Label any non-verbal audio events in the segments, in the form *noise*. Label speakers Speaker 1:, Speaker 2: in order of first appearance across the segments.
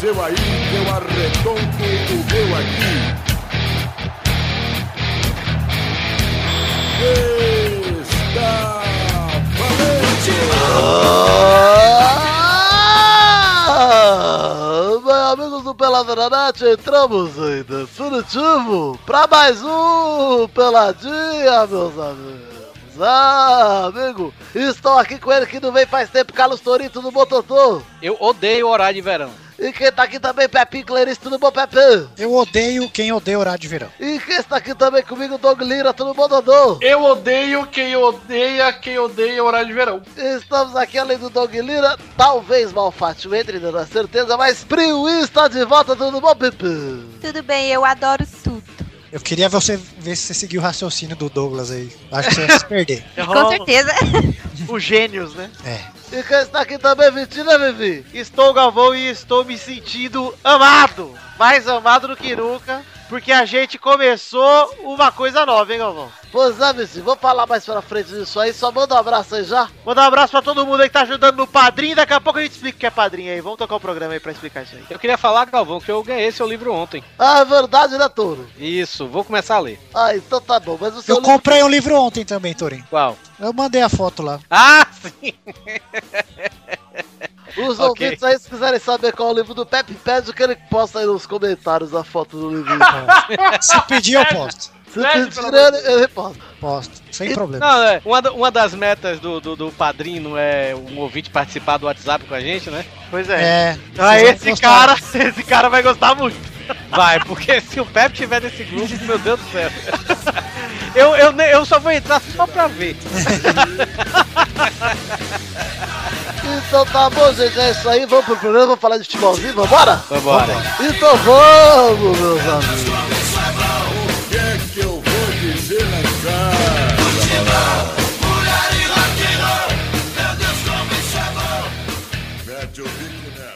Speaker 1: seu aí, eu arredonto o meu aqui. Está
Speaker 2: Ah, bem, amigos do Peladranet, entramos em definitivo para mais um Peladinha, meus amigos. Ah, amigo, estou aqui com ele que não vem faz tempo, Carlos Torito do Mototô.
Speaker 3: Eu odeio horário de verão.
Speaker 2: E quem tá aqui também, Pepinho Clarice, tudo bom, Pepe?
Speaker 4: Eu odeio quem odeia horário de verão.
Speaker 2: E quem está aqui também comigo, Doug Lira, tudo bom, Dodô?
Speaker 5: Eu odeio quem odeia quem odeia horário de verão.
Speaker 2: Estamos aqui além do Doug Lira, talvez Malfátio entre, não é certeza, mas Priuí está de volta, tudo bom, Pipi?
Speaker 6: Tudo bem, eu adoro tudo.
Speaker 4: Eu queria você ver se você seguiu o raciocínio do Douglas aí. Acho que você ia se perder.
Speaker 6: Com certeza.
Speaker 7: Os gênios, né?
Speaker 4: *laughs* É.
Speaker 2: E quem está aqui também, Vitinho, né, Vivi?
Speaker 7: Estou Galvão e estou me sentindo amado. Mais amado do que nunca. Porque a gente começou uma coisa nova, hein, Galvão?
Speaker 2: Pois é, Vitinho, vou falar mais pra frente disso aí, só manda um abraço aí já.
Speaker 7: Mandar um abraço pra todo mundo aí que tá ajudando no padrinho. Daqui a pouco a gente explica o que é padrinho aí. Vamos tocar o programa aí pra explicar isso aí.
Speaker 3: Eu queria falar, Galvão, que eu ganhei seu livro ontem.
Speaker 2: Ah, é verdade, né, Touro?
Speaker 3: Isso, vou começar a ler.
Speaker 2: Ah, então tá bom, mas o seu
Speaker 4: Eu
Speaker 2: livro-
Speaker 4: comprei um livro ontem também, Torin.
Speaker 3: Qual?
Speaker 4: Eu mandei a foto lá.
Speaker 3: Ah, sim!
Speaker 2: Os
Speaker 3: Ok.
Speaker 2: ouvintes aí, se quiserem saber qual é o livro do Pepe, pede o que ele posta aí nos comentários a foto do livro.
Speaker 4: Se pedir, eu posto.
Speaker 2: Se
Speaker 5: Pede,
Speaker 2: pedir,
Speaker 5: pelo
Speaker 2: ele, ele posta.
Speaker 4: Posto. Sem problema.
Speaker 3: Não, é, uma, da- uma das metas do, do, do padrinho é um ouvinte participar do WhatsApp com a gente, né?
Speaker 7: Pois é.
Speaker 4: É.
Speaker 7: Ah,
Speaker 4: vocês
Speaker 7: esse
Speaker 4: vão gostar.
Speaker 7: cara,
Speaker 3: *laughs*
Speaker 7: esse cara vai gostar muito.
Speaker 3: Vai, porque se o Pepe tiver nesse grupo, meu Deus do céu. *laughs* Eu, eu, ne- eu só vou entrar só pra ver.
Speaker 2: Então tá bom, gente, é isso aí. Vamos pro programa, vamos falar de futebolzinho, vambora?
Speaker 3: Vambora.
Speaker 2: Então vamos, meus amigos.
Speaker 1: o que é que eu vou dizer nessa? Mete o bico nela.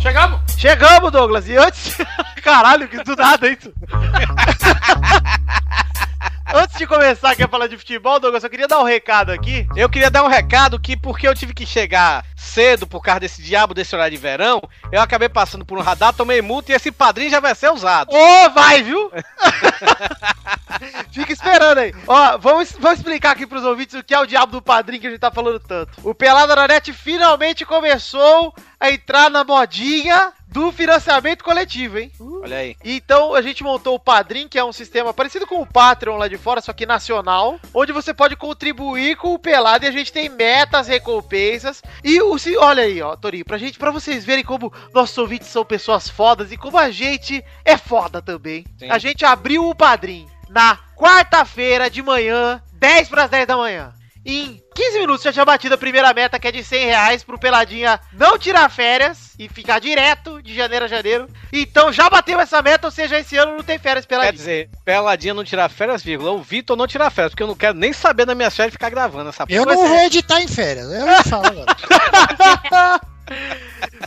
Speaker 5: Chegamos?
Speaker 7: Chegamos, Douglas. E antes. *laughs* Caralho, que do nada isso. *laughs* antes de começar aqui a falar de futebol, Douglas, eu queria dar um recado aqui.
Speaker 3: Eu queria dar um recado que porque eu tive que chegar cedo por causa desse diabo desse horário de verão, eu acabei passando por um radar, tomei multa e esse padrinho já vai ser usado.
Speaker 7: Ô, vai, viu? Fica esperando aí. Ó, vamos, vamos explicar aqui pros ouvintes o que é o diabo do padrinho que a gente tá falando tanto. O Pelada na Net finalmente começou a entrar na modinha do financiamento coletivo, hein?
Speaker 3: Olha aí.
Speaker 7: Então a gente montou o Padrim, que é um sistema parecido com o Patreon lá de fora, só que nacional, onde você pode contribuir com o Pelado e a gente tem metas, recompensas. E o se olha aí, ó, Torinho, pra gente, para vocês verem como nossos ouvintes são pessoas fodas e como a gente é foda também.
Speaker 3: Sim.
Speaker 7: A gente abriu o Padrim na quarta-feira de manhã, 10 para 10 da manhã. Em 15 minutos já tinha batido a primeira meta, que é de 100 reais pro Peladinha não tirar férias e ficar direto de janeiro a janeiro. Então já bateu essa meta, ou seja, esse ano não tem férias
Speaker 3: Quer
Speaker 7: Peladinha.
Speaker 3: dizer, peladinha não tirar férias, vírgula. O Vitor não tirar férias, porque eu não quero nem saber da minha férias ficar gravando essa
Speaker 4: Eu não vou editar em férias. Eu não falo *laughs* agora.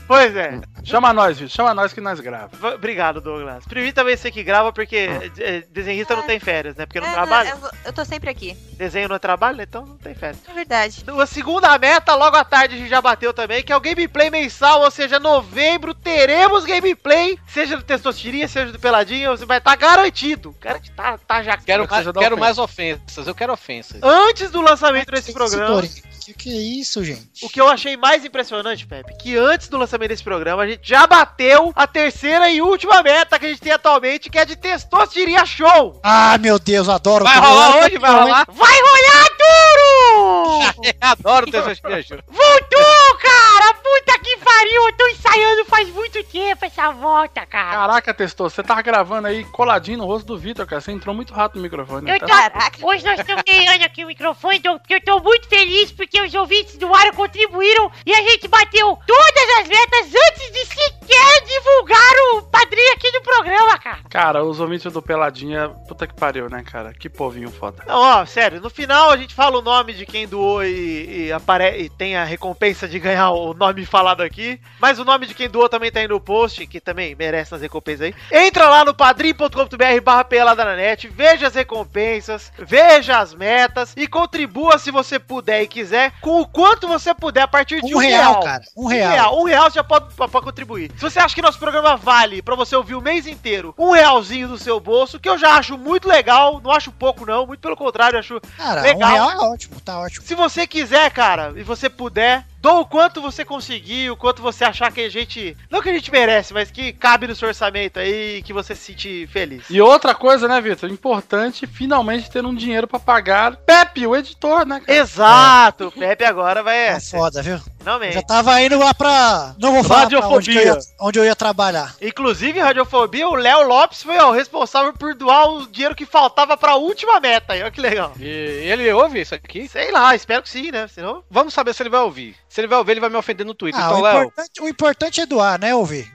Speaker 7: Pois é.
Speaker 5: Chama nós, Vitor. Chama nós que nós grava.
Speaker 7: V- Obrigado, Douglas. Primi também sei que grava, porque é, é, desenhista não tem férias, né? Porque não
Speaker 6: É, um
Speaker 7: trabalha.
Speaker 6: não, eu, eu tô sempre aqui.
Speaker 7: Desenho não é trabalho, né? então não tem férias.
Speaker 6: É verdade.
Speaker 7: A segunda meta, logo à tarde, a gente já bateu também, que é o gameplay mensal, ou seja, novembro teremos gameplay, seja do Testosterinha, seja do Peladinho, você vai estar tá garantido. Cara, tá, tá já.
Speaker 3: Quero, mais,
Speaker 5: Precisa dar
Speaker 3: quero
Speaker 5: ofensa.
Speaker 3: mais ofensas, eu quero ofensas.
Speaker 7: Antes do lançamento desse programa,
Speaker 4: Torin, Que que é isso, gente?
Speaker 7: o que eu achei mais impressionante, Pepe, que antes do lançamento desse programa, a gente já bateu a terceira e última meta que a gente tem atualmente, que é de Testosterinha Show.
Speaker 4: Ah, meu Deus, adoro.
Speaker 3: Vai
Speaker 4: Torin.
Speaker 3: rolar hoje, vai rolar.
Speaker 7: Vai rolar duro!
Speaker 3: Eu adoro o teu
Speaker 7: Voltou, cara! Puta que pariu! Eu tô ensaiando faz muito tempo essa volta, cara!
Speaker 5: Caraca, testou. Você tava gravando aí coladinho no rosto do Vitor, cara. Você entrou muito rápido no microfone.
Speaker 8: Eu
Speaker 5: tá?
Speaker 8: tô-
Speaker 6: Caraca.
Speaker 8: Hoje nós estamos ganhando aqui o microfone, então, porque eu tô muito feliz porque os ouvintes do Aro contribuíram e a gente bateu todas as metas antes de sequer quer divulgar o padrinho aqui no programa, cara.
Speaker 5: Cara, os ouvintes do Peladinha, puta que pariu, né, cara? Que povinho foda.
Speaker 7: Não, ó, sério, no final a gente fala o nome de quem doou e, e, apare- e tem a recompensa de ganhar o nome falado aqui. Mas o nome de quem doou também tá aí no post, que também merece as recompensas aí. Entra lá no padrim.com.br barra pelada na net, veja as recompensas, veja as metas e contribua se você puder e quiser com o quanto você puder a partir de
Speaker 4: Um real, cara. Um
Speaker 7: um
Speaker 4: real.
Speaker 7: real, um real você já pode, pode contribuir. Se você acha que nosso programa vale pra você ouvir o mês inteiro, um realzinho do seu bolso, que eu já acho muito legal, não acho pouco não, muito pelo contrário, eu acho...
Speaker 4: Cara, um
Speaker 7: Legal.
Speaker 4: real é ótimo, tá ótimo.
Speaker 7: Se você quiser, cara, e você puder, dou o quanto você conseguir, o quanto você achar que a gente... Não que a gente merece, mas que cabe no seu orçamento aí, e que você se sente feliz.
Speaker 5: E outra coisa, né, Vitor? Importante finalmente ter um dinheiro pra pagar Pepe, o editor, né, cara?
Speaker 7: Exato, o Pepe agora vai...
Speaker 4: É foda, viu? Eu já
Speaker 7: Finalmente.
Speaker 4: tava indo lá pra. Não vou falar pra onde, que eu ia, onde eu ia trabalhar.
Speaker 7: Inclusive, em Radiofobia, o Léo Lopes foi ó, o responsável por doar o dinheiro que faltava pra última meta aí, olha que legal.
Speaker 3: E ele ouve isso aqui?
Speaker 7: Sei lá, espero que sim, né? Senão.
Speaker 3: Vamos saber se ele vai ouvir. Se ele vai ouvir, ele vai me ofender no Twitter.
Speaker 4: Ah,
Speaker 3: então,
Speaker 4: o,
Speaker 3: Léo.
Speaker 4: importante, o importante é doar, né, ouvir?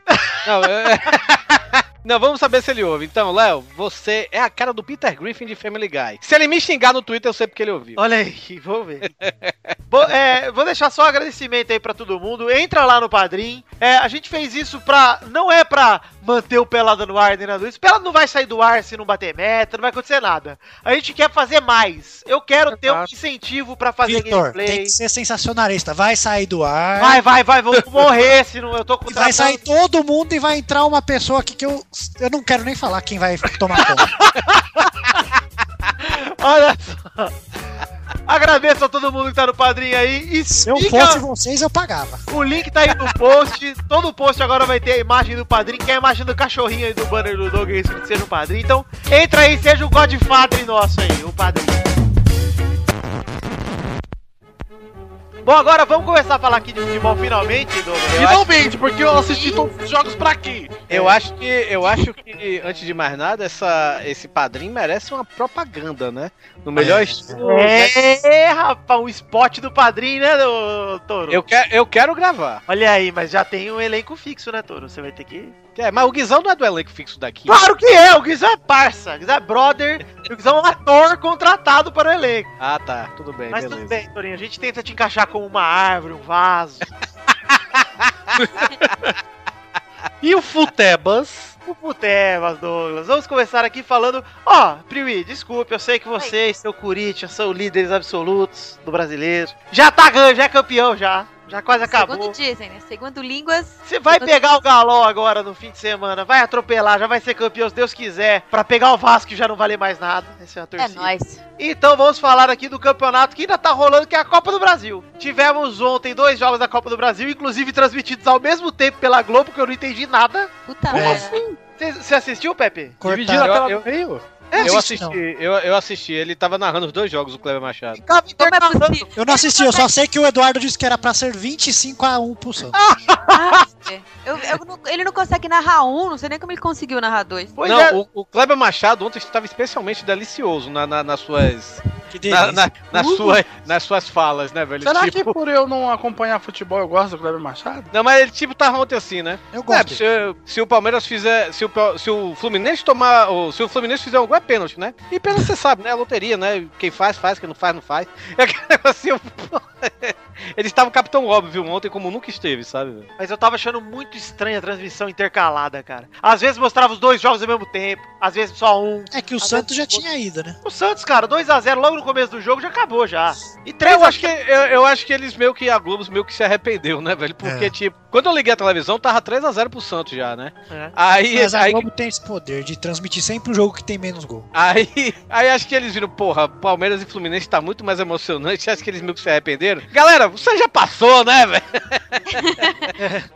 Speaker 3: Não, é- *laughs* Não, vamos saber se ele ouve. Então, Léo, você é a cara do Peter Griffin de Family Guy. Se ele me xingar no Twitter, eu sei porque ele ouviu.
Speaker 7: Olha aí, *laughs* vou ver. Bom, é, vou deixar só um agradecimento aí pra todo mundo. Entra lá no Padrim. É, a gente fez isso pra. Não é pra manter o Pelada no ar nem nada disso. Pelada não vai sair do ar se não bater meta, não vai acontecer nada. A gente quer fazer mais. Eu quero ter um
Speaker 5: Exato.
Speaker 7: incentivo pra fazer
Speaker 4: Vitor, tem
Speaker 7: gameplay.
Speaker 4: que ser sensacionalista. Vai sair do ar.
Speaker 7: Vai, tá vai, vai,
Speaker 4: *laughs*
Speaker 7: vou morrer se não. Eu tô com
Speaker 4: E vai sair todo mundo e vai entrar uma pessoa aqui que eu. Eu não quero nem falar quem vai tomar conta.
Speaker 7: *laughs* Olha só. Agradeço a todo mundo que tá no padrinho aí. E
Speaker 4: Se eu
Speaker 7: fica-
Speaker 4: fosse vocês, eu pagava.
Speaker 7: O link tá aí no post. Todo post agora vai ter a imagem do padrinho, que é a imagem do cachorrinho aí do banner do Doug, aí, se ele seja um padrinho. Então, entra aí, seja o Godfather nosso aí, o padrinho. Bom, agora vamos começar a falar aqui de futebol finalmente, Doug. Eu acho-
Speaker 5: Finalmente, porque Então, eu assisti todos os jogos pra quê?
Speaker 3: Eu acho que, eu acho que antes de mais nada, essa, esse padrinho merece uma propaganda, né? No melhor estilo.
Speaker 7: É, rapaz, um spot do padrinho, né, do- Toro?
Speaker 3: Eu, quero, eu quero gravar.
Speaker 7: Olha aí, mas já tem um elenco fixo, né, Toro? Você vai ter que.
Speaker 3: É, mas o Guizão não é do elenco fixo daqui.
Speaker 7: Claro que é, o Guizão é parça, o Guizão é brother, o Guizão é um ator contratado para o elenco.
Speaker 3: Ah, tá. Tudo bem,
Speaker 7: Mas tudo
Speaker 3: beleza.
Speaker 7: bem, Torinho, a gente tenta te encaixar como uma árvore, um vaso.
Speaker 3: *laughs* E o Futebas?
Speaker 7: O Putebas, Douglas. Vamos começar aqui falando. Ó, Priwi, desculpe, eu sei que vocês, seu Corinthians, são líderes absolutos do brasileiro. Já tá ganho, já é campeão, já. Já quase acabou.
Speaker 6: Segundo dizem, né? Segundo línguas,
Speaker 7: Você vai pegar o Galol agora no fim de semana, vai atropelar, já vai ser campeão se Deus quiser, pra pegar o Vasco que já não valer mais nada. Essa é a
Speaker 6: é
Speaker 7: torcida.
Speaker 6: nós.
Speaker 7: Então vamos falar aqui do campeonato que ainda tá rolando, que é a Copa do Brasil. Tivemos ontem dois jogos da Copa do Brasil, inclusive transmitidos ao mesmo tempo pela Globo, que eu não entendi nada.
Speaker 6: Puta
Speaker 4: Como
Speaker 6: merda.
Speaker 7: Você assistiu, Pepe?
Speaker 3: Eu,
Speaker 4: Cortaram.
Speaker 5: tela
Speaker 3: eu, eu,
Speaker 4: Eu
Speaker 3: eu assisti,
Speaker 4: assisti,
Speaker 7: então.
Speaker 3: eu, eu assisti. Ele tava narrando os dois jogos, o Cleber Machado.
Speaker 7: Tava
Speaker 6: Como é
Speaker 7: internando.
Speaker 6: possível?
Speaker 4: Eu não assisti, eu só sei que o Eduardo disse que era pra ser 25 a 1 pro Santos.
Speaker 6: Eu- eu não- ele não consegue narrar um, não sei nem como ele conseguiu narrar dois.
Speaker 7: Pois
Speaker 3: não,
Speaker 7: é,
Speaker 3: o, o Kleber Machado ontem estava especialmente delicioso na- na- nas suas.
Speaker 4: Que
Speaker 3: na-
Speaker 4: delícia.
Speaker 3: na- nas,
Speaker 5: Uh.
Speaker 3: suas nas suas falas, né, velho?
Speaker 5: Será
Speaker 3: tipo,
Speaker 5: que por eu não acompanhar futebol eu gosto do Cleber Machado?
Speaker 3: Não, mas ele tipo tava ontem assim, né?
Speaker 4: Eu
Speaker 3: É,
Speaker 4: gosto.
Speaker 3: se, se o Palmeiras fizer. Se o, Pa- se o Fluminense tomar. ou se o Fluminense fizer um gol é pênalti, né? E pênalti você sabe, né? É Loteria, né? Quem faz, faz, quem não faz, não faz. *laughs* É aquele negocinho. pô. Ele estava o Capitão Óbvio ontem, como nunca esteve, sabe? velho?
Speaker 7: mas eu tava achando muito estranha a transmissão intercalada, cara. Às vezes mostrava os dois jogos ao mesmo tempo, às vezes só um.
Speaker 4: É que o Santos já tinha ido, né?
Speaker 7: O Santos, cara, 2x0 logo no começo do jogo já acabou já. E três
Speaker 3: Eu acho, que, eu, eu acho que eles meio que. A Globo meio que se arrependeu, né, velho? Porque,
Speaker 4: É.
Speaker 3: tipo, quando eu liguei a televisão, tava 3x0 pro Santos já, né?
Speaker 7: É.
Speaker 3: Aí.
Speaker 4: Mas a
Speaker 3: aí
Speaker 4: Globo tem esse poder de transmitir sempre o jogo que tem menos gol.
Speaker 3: Aí, aí acho que eles viram, porra, Palmeiras e Fluminense tá muito mais emocionante. Acho que eles meio que se arrependeram. Galera, você já passou, né, velho?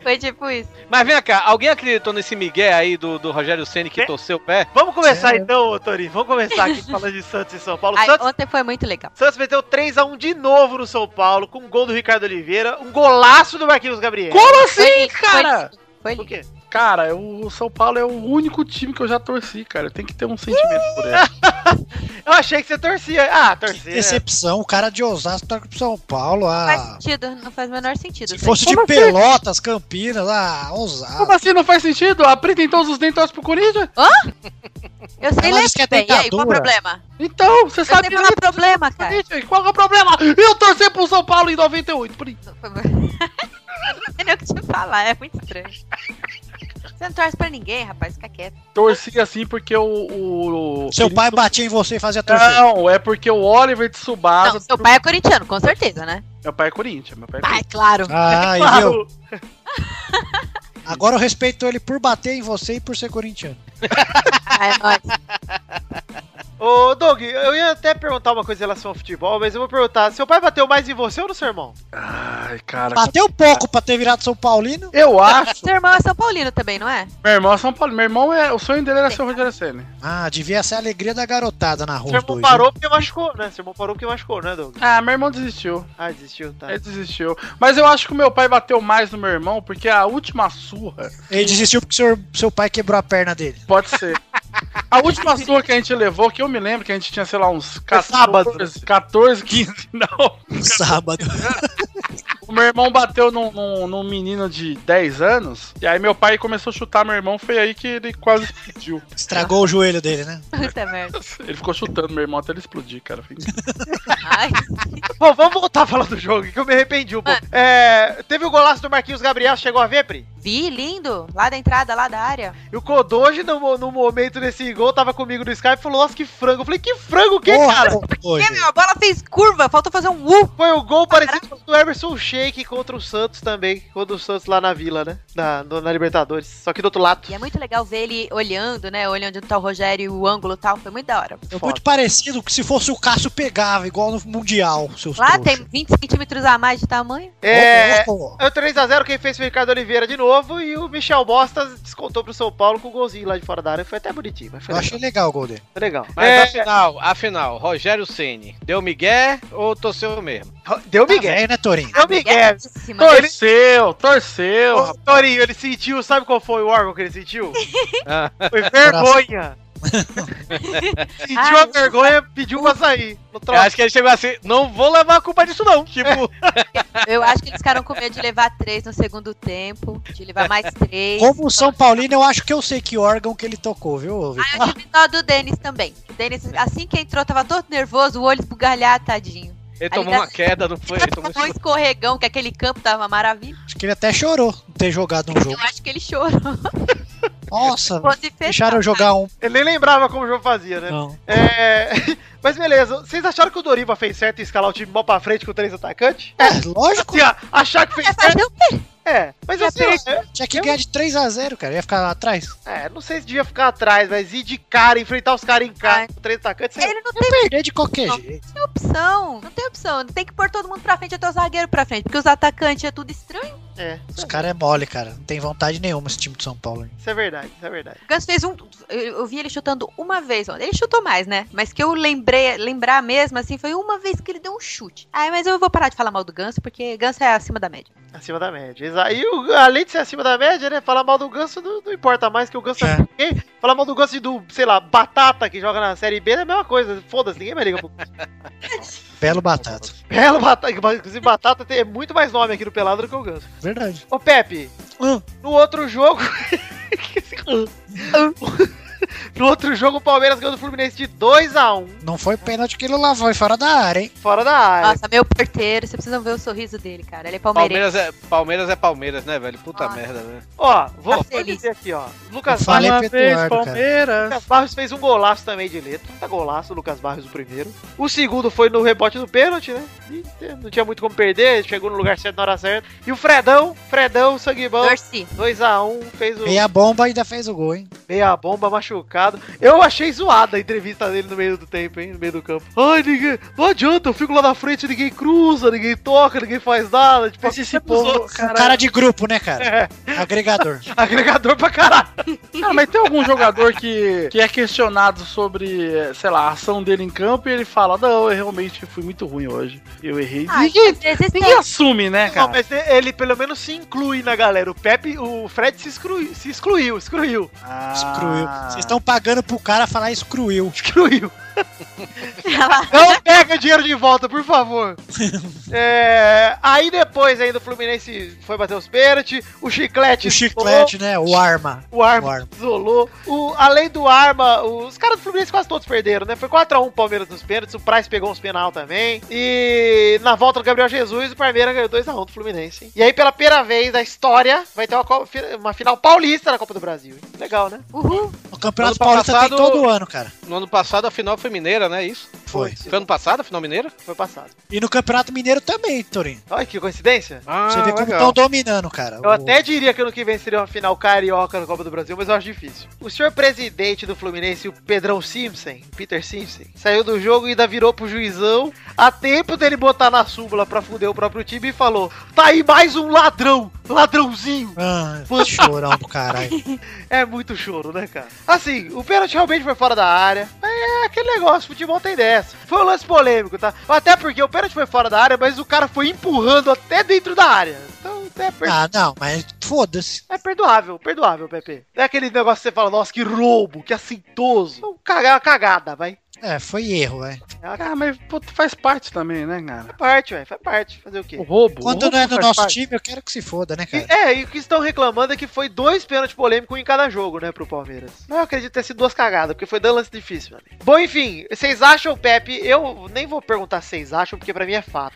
Speaker 6: Foi tipo isso.
Speaker 3: Mas vem cá, alguém acreditou nesse Miguel aí do, do Rogério Ceni que
Speaker 7: É.
Speaker 3: torceu o pé?
Speaker 7: Vamos começar
Speaker 4: Sério?
Speaker 7: então, ô, Torinho. Vamos começar aqui falando de Santos e São Paulo.
Speaker 6: Ai,
Speaker 7: Santos
Speaker 6: ontem foi muito legal.
Speaker 7: Santos meteu 3x1 de novo no São Paulo, com um gol do Ricardo Oliveira, um golaço do Marquinhos Gabriel.
Speaker 5: Como assim,
Speaker 6: lindo,
Speaker 5: cara?
Speaker 6: Foi
Speaker 7: Por
Speaker 6: lindo.
Speaker 7: quê?
Speaker 5: Cara, eu- o São Paulo é o único time que eu já torci, cara. Tem que ter um sentimento por ele.
Speaker 7: Eu achei que você torcia. Ah, torcia.
Speaker 4: Decepção, o cara de Osasco torce pro São Paulo.
Speaker 6: Faz
Speaker 4: Ah,
Speaker 6: sentido, não faz o menor sentido.
Speaker 4: se fosse de
Speaker 5: Como assim?
Speaker 4: Pelotas, Campinas, ah,
Speaker 5: Como
Speaker 4: Osasco.
Speaker 5: assim não faz sentido? A Pri tem todos os dentes torce pro Corinthians?
Speaker 6: Eu sei
Speaker 4: Ela
Speaker 6: ler
Speaker 4: disse que é
Speaker 6: bem, e aí, qual o
Speaker 4: tentadora.
Speaker 6: problema?
Speaker 5: Então, você
Speaker 6: Eu
Speaker 5: sabe
Speaker 7: é
Speaker 6: sei falar
Speaker 5: ler,
Speaker 6: problema, cara.
Speaker 5: Corinthians, Qual é o problema? Eu torci pro São Paulo em 98, Pri.
Speaker 6: não sei nem o que te falar, é muito estranho. Você não torce pra ninguém, rapaz, fica quieto.
Speaker 5: Torci assim porque o. o- o-
Speaker 4: Seu pai batia em você e fazia torcer.
Speaker 5: Não, é porque o Oliver de Subasa.
Speaker 6: Não, seu pai é corintiano, com certeza, né?
Speaker 5: Meu pai é Corinthians, meu pai é
Speaker 6: Ai, claro.
Speaker 4: Ah, e
Speaker 5: Corinthians.
Speaker 4: viu? *laughs* Agora eu respeito ele por bater em você e por ser corintiano.
Speaker 6: Ah, é nóis.
Speaker 7: Ô, Doug, eu ia até perguntar uma coisa em relação ao futebol, mas eu vou perguntar: seu pai bateu mais em você ou no seu irmão?
Speaker 5: Ai, cara.
Speaker 4: Bateu pouco pra ter virado São Paulino.
Speaker 5: Eu acho.
Speaker 6: Seu irmão é São Paulino também, não é? *laughs*
Speaker 5: meu irmão é São Paulo. Meu irmão é. O sonho dele era ser o Rogério Senna.
Speaker 4: Ah, devia ser a alegria da garotada na rua.
Speaker 7: Seu
Speaker 4: os
Speaker 7: irmão
Speaker 4: dois,
Speaker 7: parou porque machucou, né? Seu irmão parou porque machucou, né, Doug?
Speaker 5: Ah, meu irmão desistiu.
Speaker 7: Ah, desistiu, tá.
Speaker 3: É,
Speaker 5: Ele desistiu. Mas eu acho que o meu pai bateu mais no meu irmão, porque a última surra.
Speaker 4: né? Ele desistiu porque seu, seu pai quebrou a perna dele.
Speaker 5: Pode ser. *laughs* A última surra que a gente levou, que eu me lembro que a gente tinha, sei lá, uns 14,
Speaker 7: sábado.
Speaker 5: 14 15, *laughs* não.
Speaker 4: No sábado.
Speaker 5: O meu irmão bateu num, num, num menino de 10 anos, e aí meu pai começou a chutar meu irmão, foi aí que ele quase explodiu.
Speaker 4: Estragou o joelho dele, né?
Speaker 6: Puta merda.
Speaker 5: Ele ficou chutando meu irmão até ele explodir, cara. Foi incrível.
Speaker 6: Ai,
Speaker 7: Bom, vamos voltar a falar do jogo, que eu me arrependi um pouco. É, teve o golaço do Marquinhos Gabriel, chegou a ver, Pri?
Speaker 6: vi, lindo. Lá da entrada, lá da área.
Speaker 7: E o Kodoji, no, mo- no momento desse gol, tava comigo no Skype e falou: Nossa, que frango. Eu falei: Que frango o quê, cara?
Speaker 4: hoje.
Speaker 6: É, meu, a bola fez curva, faltou fazer um U.
Speaker 7: Foi o gol parecido com o do Emerson Sheik contra o Santos também. Contra o Santos lá na Vila, né? Na, no- na Libertadores. Só que do outro lado.
Speaker 6: E é muito legal ver ele olhando, né? Olhando onde tá o Rogério e o ângulo e tal. Foi muito da hora.
Speaker 4: É muito parecido que se fosse o Cássio pegava, igual no Mundial, seus
Speaker 6: Lá
Speaker 4: trouxa.
Speaker 6: tem 20 centímetros a mais de tamanho.
Speaker 7: É.
Speaker 4: Ô, louco.
Speaker 7: É o 3x0, quem fez foi o Ricardo Oliveira de novo. E o Michel Bostas descontou pro São Paulo com o golzinho lá de fora da área. Foi até bonitinho, mas foi
Speaker 4: Eu achei É, legal o gol dele.
Speaker 7: legal. Foi
Speaker 3: Mas
Speaker 7: legal.
Speaker 3: É, afinal, afinal, Rogério Ceni deu migué ou torceu mesmo?
Speaker 7: É, deu
Speaker 4: Tá
Speaker 7: Miguel.
Speaker 4: velho, né, Torinho?
Speaker 7: Deu Miguel.
Speaker 6: Belíssima.
Speaker 5: Torceu, torceu.
Speaker 7: Ô, Torinho, ele sentiu, sabe qual foi o órgão que
Speaker 6: *laughs*
Speaker 7: ele sentiu?
Speaker 3: Ah.
Speaker 7: Foi vergonha. sentiu a
Speaker 6: Ai.
Speaker 7: vergonha e pediu pra sair. No
Speaker 3: Eu
Speaker 7: troço.
Speaker 3: acho que ele chegou assim, não vou levar a culpa disso
Speaker 5: *laughs*
Speaker 3: não. Tipo,
Speaker 6: Eu acho que eles ficaram com medo de levar três no segundo tempo, de levar mais três.
Speaker 4: É. Como o São Paulino, eu acho que eu sei que órgão que ele tocou, viu,
Speaker 6: Eu
Speaker 4: Vitor?
Speaker 6: tive dó do Denis também. O Denis, assim que entrou, tava todo nervoso, o olho esbugalhado, tadinho.
Speaker 3: ele tomou uma queda, não foi? Ele tomou
Speaker 6: Foi um escorregão, que aquele campo tava uma maravilha.
Speaker 4: Acho que ele até chorou de ter jogado um
Speaker 6: Eu
Speaker 4: jogo.
Speaker 6: acho que ele chorou.
Speaker 4: Nossa,
Speaker 6: Fosse
Speaker 4: deixaram eu jogar um.
Speaker 7: Ele nem lembrava como o jogo fazia, né?
Speaker 4: Não.
Speaker 7: É... *laughs* Mas beleza, vocês acharam que o Doriva fez certo em escalar o time mal pra frente com três atacantes?
Speaker 4: É, lógico,
Speaker 7: Assim, ó, achar que fez
Speaker 6: Vai
Speaker 7: certo?
Speaker 6: fazer o quê?
Speaker 7: É, mas eu sei. é-
Speaker 4: tinha que ganhar de 3x0, cara. Ia ficar lá atrás.
Speaker 7: É, não sei se devia ficar atrás, mas ir de cara, enfrentar os caras em cara,
Speaker 6: Ai.
Speaker 7: com três atacantes, é, sei lá.
Speaker 6: Ele não
Speaker 4: Ia perder de qualquer
Speaker 6: Não.
Speaker 4: jeito.
Speaker 6: tem opção. Não tem opção. Tem que pôr todo mundo pra frente, até o zagueiro pra frente. Porque os atacantes é tudo estranho.
Speaker 7: É,
Speaker 4: Os caras é mole, cara. Não tem vontade nenhuma esse time de São Paulo. hein?
Speaker 7: isso é verdade, isso é verdade.
Speaker 6: O Ganso fez um. Eu, eu vi ele chutando uma vez. ontem. Ele chutou mais, né? Mas que eu lembrei, lembrar mesmo, assim, foi uma vez que ele deu um chute. Ah, mas eu vou parar de falar mal do Ganso, porque Ganso é acima da média.
Speaker 7: Acima da média. Exa- E o- além de ser acima da média, né? Falar mal do Ganso não, não importa mais, que o Ganso
Speaker 4: É.
Speaker 7: é. ninguém. Falar mal do Ganso e do, sei lá, Batata que joga na Série B é a mesma coisa. Foda-se, ninguém mais liga pro
Speaker 4: Belo batata.
Speaker 7: *laughs* Belo Batata. Inclusive, Batata tem, é muito mais nome aqui no Pelado do que o Ganso.
Speaker 4: Verdade.
Speaker 7: Ô Pepe,
Speaker 4: Hum.
Speaker 7: no outro jogo. *laughs* no outro jogo, o Palmeiras ganhou do Fluminense de 2x1,
Speaker 4: Não foi pênalti que ele lá foi fora da área, hein?
Speaker 7: fora da área.
Speaker 6: Nossa, meu porteiro, vocês precisam ver o sorriso dele, cara. Ele é palmeirense.
Speaker 3: Palmeiras é, Palmeiras é Palmeiras, né, velho? Puta
Speaker 6: Nossa.
Speaker 3: merda, né?
Speaker 7: Ó, vou,
Speaker 6: Tá
Speaker 7: vou
Speaker 6: feliz.
Speaker 7: dizer aqui, ó. Lucas
Speaker 4: Eu falei
Speaker 7: Barros,
Speaker 4: pro Eduardo, cara.
Speaker 5: Palmeiras.
Speaker 7: Lucas Barros fez um golaço também de letra. Tá golaço, Lucas Barros, o primeiro. O segundo foi no rebote do pênalti, né? E eh, não tinha muito como perder, chegou no lugar certo na hora certa. E o Fredão, Fredão, sangue bom.
Speaker 6: Torci.
Speaker 7: 2x1, fez o
Speaker 4: Meia bomba ainda fez o gol, hein?
Speaker 7: meia bomba machucado. Eu achei zoada a entrevista dele no meio do tempo, hein? No meio do campo. Ai, ninguém. Não adianta, eu fico lá na frente, ninguém cruza, ninguém toca, ninguém faz nada. Tipo,
Speaker 5: Mas esse
Speaker 7: os
Speaker 5: povo,
Speaker 7: outros.
Speaker 5: cara,
Speaker 4: Cara de grupo, né, cara? Agregador.
Speaker 7: Agregador pra caralho.
Speaker 5: Cara, Ah, mas tem algum jogador que, que é questionado sobre, eh, sei lá, a ação dele em campo e ele fala: Não, eu realmente fui muito ruim hoje. Eu errei.
Speaker 6: Ah,
Speaker 5: ninguém,
Speaker 6: às vezes
Speaker 5: ninguém
Speaker 6: tem.
Speaker 5: assume, né,
Speaker 7: então- Não,
Speaker 5: cara?
Speaker 7: mas ele pelo menos se inclui na galera. O Pepe, o Fred se excluiu, se excluiu, excluiu,
Speaker 5: Ah.
Speaker 4: Excluiu. Vocês estão pagando pro cara falar excluiu.
Speaker 7: excluiu.
Speaker 6: Ela-
Speaker 7: Não pega dinheiro de volta, por
Speaker 4: *laughs*
Speaker 7: favor. É, aí depois ainda o Fluminense foi bater os pênaltis, o Chiclete...
Speaker 4: O chiclete, né? O arma.
Speaker 7: O Arma,
Speaker 4: O Arma.
Speaker 7: isolou. O, além do Arma, os caras do Fluminense quase todos perderam, né? Foi 4x1 o Palmeiras nos pênaltis, o Price pegou uns penal também. E na volta do Gabriel Jesus, o Palmeiras ganhou 2x1 do Fluminense. E aí, pela primeira vez da história, vai ter uma, co- fi- uma final paulista na Copa do Brasil. Legal, né?
Speaker 6: Uhul.
Speaker 4: O Campeonato
Speaker 3: Ano
Speaker 4: Paulista
Speaker 3: passado-
Speaker 4: tem todo ano, cara.
Speaker 3: No ano passado a final foi mineira, né? Isso?
Speaker 4: Foi.
Speaker 3: Foi ano passado a final mineira?
Speaker 7: Foi passado.
Speaker 4: E no Campeonato Mineiro também, Torino.
Speaker 7: Olha que coincidência.
Speaker 3: Ah,
Speaker 4: Você vê como estão dominando, cara.
Speaker 7: Eu até diria que ano que vem seria uma final carioca na Copa do Brasil, mas eu acho difícil. O senhor presidente do Fluminense, o Pedrão Simpson, Peter Simpson, saiu do jogo e ainda virou pro juizão a tempo dele botar na súmula pra fuder o próprio time e falou: tá aí mais um ladrão, ladrãozinho.
Speaker 4: Ah, chorão do caralho.
Speaker 7: É muito choro, né, cara? Assim, o pênalti realmente foi fora da área. mas É aquele negócio, futebol tem dessa. Foi um lance polêmico, tá? Até porque o pênalti foi fora da área, mas o cara foi empurrando até dentro da área. Então, até per
Speaker 4: Ah, não, mas foda-se.
Speaker 7: É perdoável, perdoável, Pepe. Não é aquele negócio que você fala, nossa, que roubo, que assintoso. Então, caga- uma cagada, vai.
Speaker 4: É, foi erro, velho.
Speaker 5: Ah, mas puta, faz parte também, né, cara?
Speaker 7: Faz parte, velho, faz parte. Fazer o
Speaker 5: O
Speaker 7: quê?
Speaker 5: roubo. o
Speaker 4: Quando
Speaker 5: roubo
Speaker 4: não é do
Speaker 5: faz
Speaker 4: nosso
Speaker 5: parte.
Speaker 4: time, eu quero que se foda, né,
Speaker 7: E-
Speaker 4: cara?
Speaker 7: é, e o que estão reclamando é que foi dois pênaltis polêmicos em cada jogo, né, pro Palmeiras. Não, eu acredito ter sido duas cagadas, porque foi dando lance difícil, meu amigo. Bom, enfim, vocês acham, Pepe? Eu nem vou perguntar se vocês acham, porque pra mim é fato.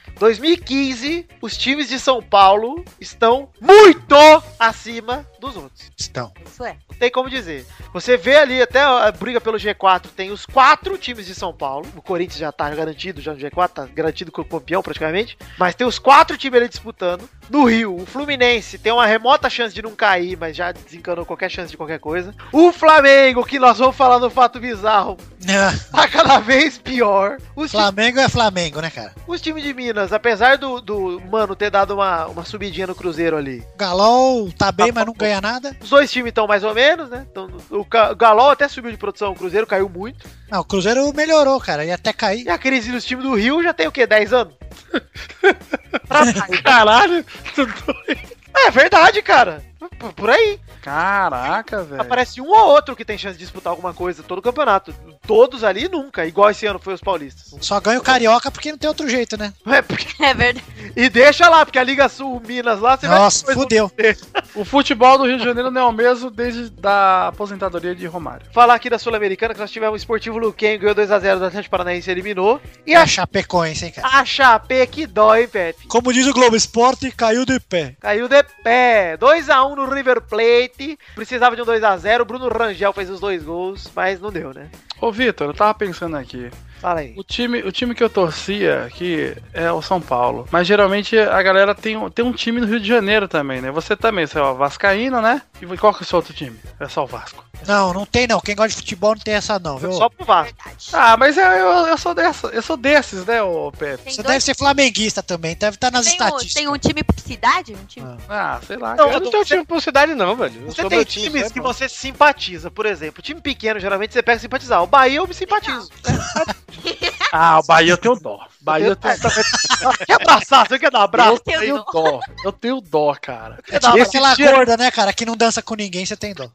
Speaker 7: 2015, os times de São Paulo estão muito acima dos outros.
Speaker 4: Então,
Speaker 6: Isso é. *laughs*
Speaker 7: Não tem como dizer. Você vê ali até a briga pelo G4, tem os quatro times de São Paulo. O Corinthians já tá garantido já no G4, tá garantido como campeão praticamente. Mas tem os quatro times ali disputando. No Rio, o Fluminense tem uma remota chance de não cair, mas já desencanou qualquer chance de qualquer coisa. O Flamengo, que nós vamos falar no fato bizarro, *laughs*
Speaker 4: ah,
Speaker 7: tá cada vez pior. Os times
Speaker 4: Flamengo é Flamengo, né, cara?
Speaker 7: os times de Minas, apesar do, do mano ter dado uma, uma subidinha no Cruzeiro ali,
Speaker 4: O Galol tá bem,
Speaker 7: Tá
Speaker 4: mas não
Speaker 7: bom.
Speaker 4: ganha nada.
Speaker 7: Os dois times estão mais ou menos, né? Então, o Ca- o Galol até subiu de produção, o Cruzeiro caiu muito.
Speaker 4: Não, o Cruzeiro melhorou, cara. Ia até cair.
Speaker 7: E a crise dos times do Rio já tem o quê? 10 anos?
Speaker 5: *laughs* Caralho.
Speaker 7: É verdade, cara. P- Por aí.
Speaker 5: Caraca, velho.
Speaker 7: Aparece um ou outro que tem chance de disputar alguma coisa todo o campeonato. Todos ali nunca, igual esse ano foi os paulistas.
Speaker 4: Só ganha o Carioca porque não tem outro jeito, né?
Speaker 7: É porque-
Speaker 6: É verdade.
Speaker 7: E deixa lá, porque a Liga Sul Minas lá, você
Speaker 5: Ah.
Speaker 4: Nossa,
Speaker 7: vai depois
Speaker 4: fudeu.
Speaker 5: O futebol do Rio de Janeiro não é o mesmo desde da aposentadoria de Romário.
Speaker 7: falar aqui da Sul-Americana, que nós tivemos o Esportivo Luquem, ganhou 2x0 do Atlético Paranaense, eliminou. E
Speaker 4: E
Speaker 5: É.
Speaker 4: a
Speaker 7: a,
Speaker 4: É Chapecoense, hein, cara?
Speaker 7: a Chapé que dói, hein, Pepe?
Speaker 4: Como diz o Globo Esporte, caiu de pé.
Speaker 7: Caiu de pé. 2x1 no River Plate. Precisava de um 2x0. Bruno Rangel fez os dois gols, mas não deu, né?
Speaker 5: Ô, Vitor, eu tava pensando aqui.
Speaker 7: Fala aí.
Speaker 5: O time, o time que eu torcia aqui é o São Paulo. Mas geralmente a galera tem, um- tem um time no Rio de Janeiro também, né? Você também, você é o Vascaíno, né? E qual que é o seu outro time? É só o Vasco.
Speaker 4: Não, não tem não. Quem gosta de futebol não tem essa não, viu?
Speaker 7: Foi só pro Vasco.
Speaker 6: verdade.
Speaker 5: Ah, mas eu, eu, eu sou dessa, eu sou desses, né, ô Pepe?
Speaker 6: Tem
Speaker 4: Você
Speaker 6: dois-
Speaker 4: deve ser flamenguista também, deve estar nas
Speaker 6: tem um,
Speaker 4: estatísticas.
Speaker 6: tem um time por cidade? Um time.
Speaker 4: Ah.
Speaker 5: Ah, sei lá.
Speaker 7: Não,
Speaker 5: cara.
Speaker 3: Eu não tenho time por cidade, não, velho. Eu
Speaker 7: Você
Speaker 3: sou
Speaker 7: tem
Speaker 3: meu time, né, é
Speaker 7: times
Speaker 3: sabe?
Speaker 7: que você simpatiza, por exemplo. Time pequeno, geralmente você pega simpatizar. O Bahia eu me simpatizo.
Speaker 5: Ah, o Bahia
Speaker 7: *laughs*
Speaker 5: eu tenho dó. Bahia eu tenho,
Speaker 7: Quer abraçar? Você quer dar um abraço?
Speaker 5: eu tenho dó. Eu tenho dó, cara.
Speaker 4: É tipo
Speaker 5: Esse
Speaker 4: aquela
Speaker 5: dia-
Speaker 4: gorda, né, cara? Que não dança com ninguém, você tem dó.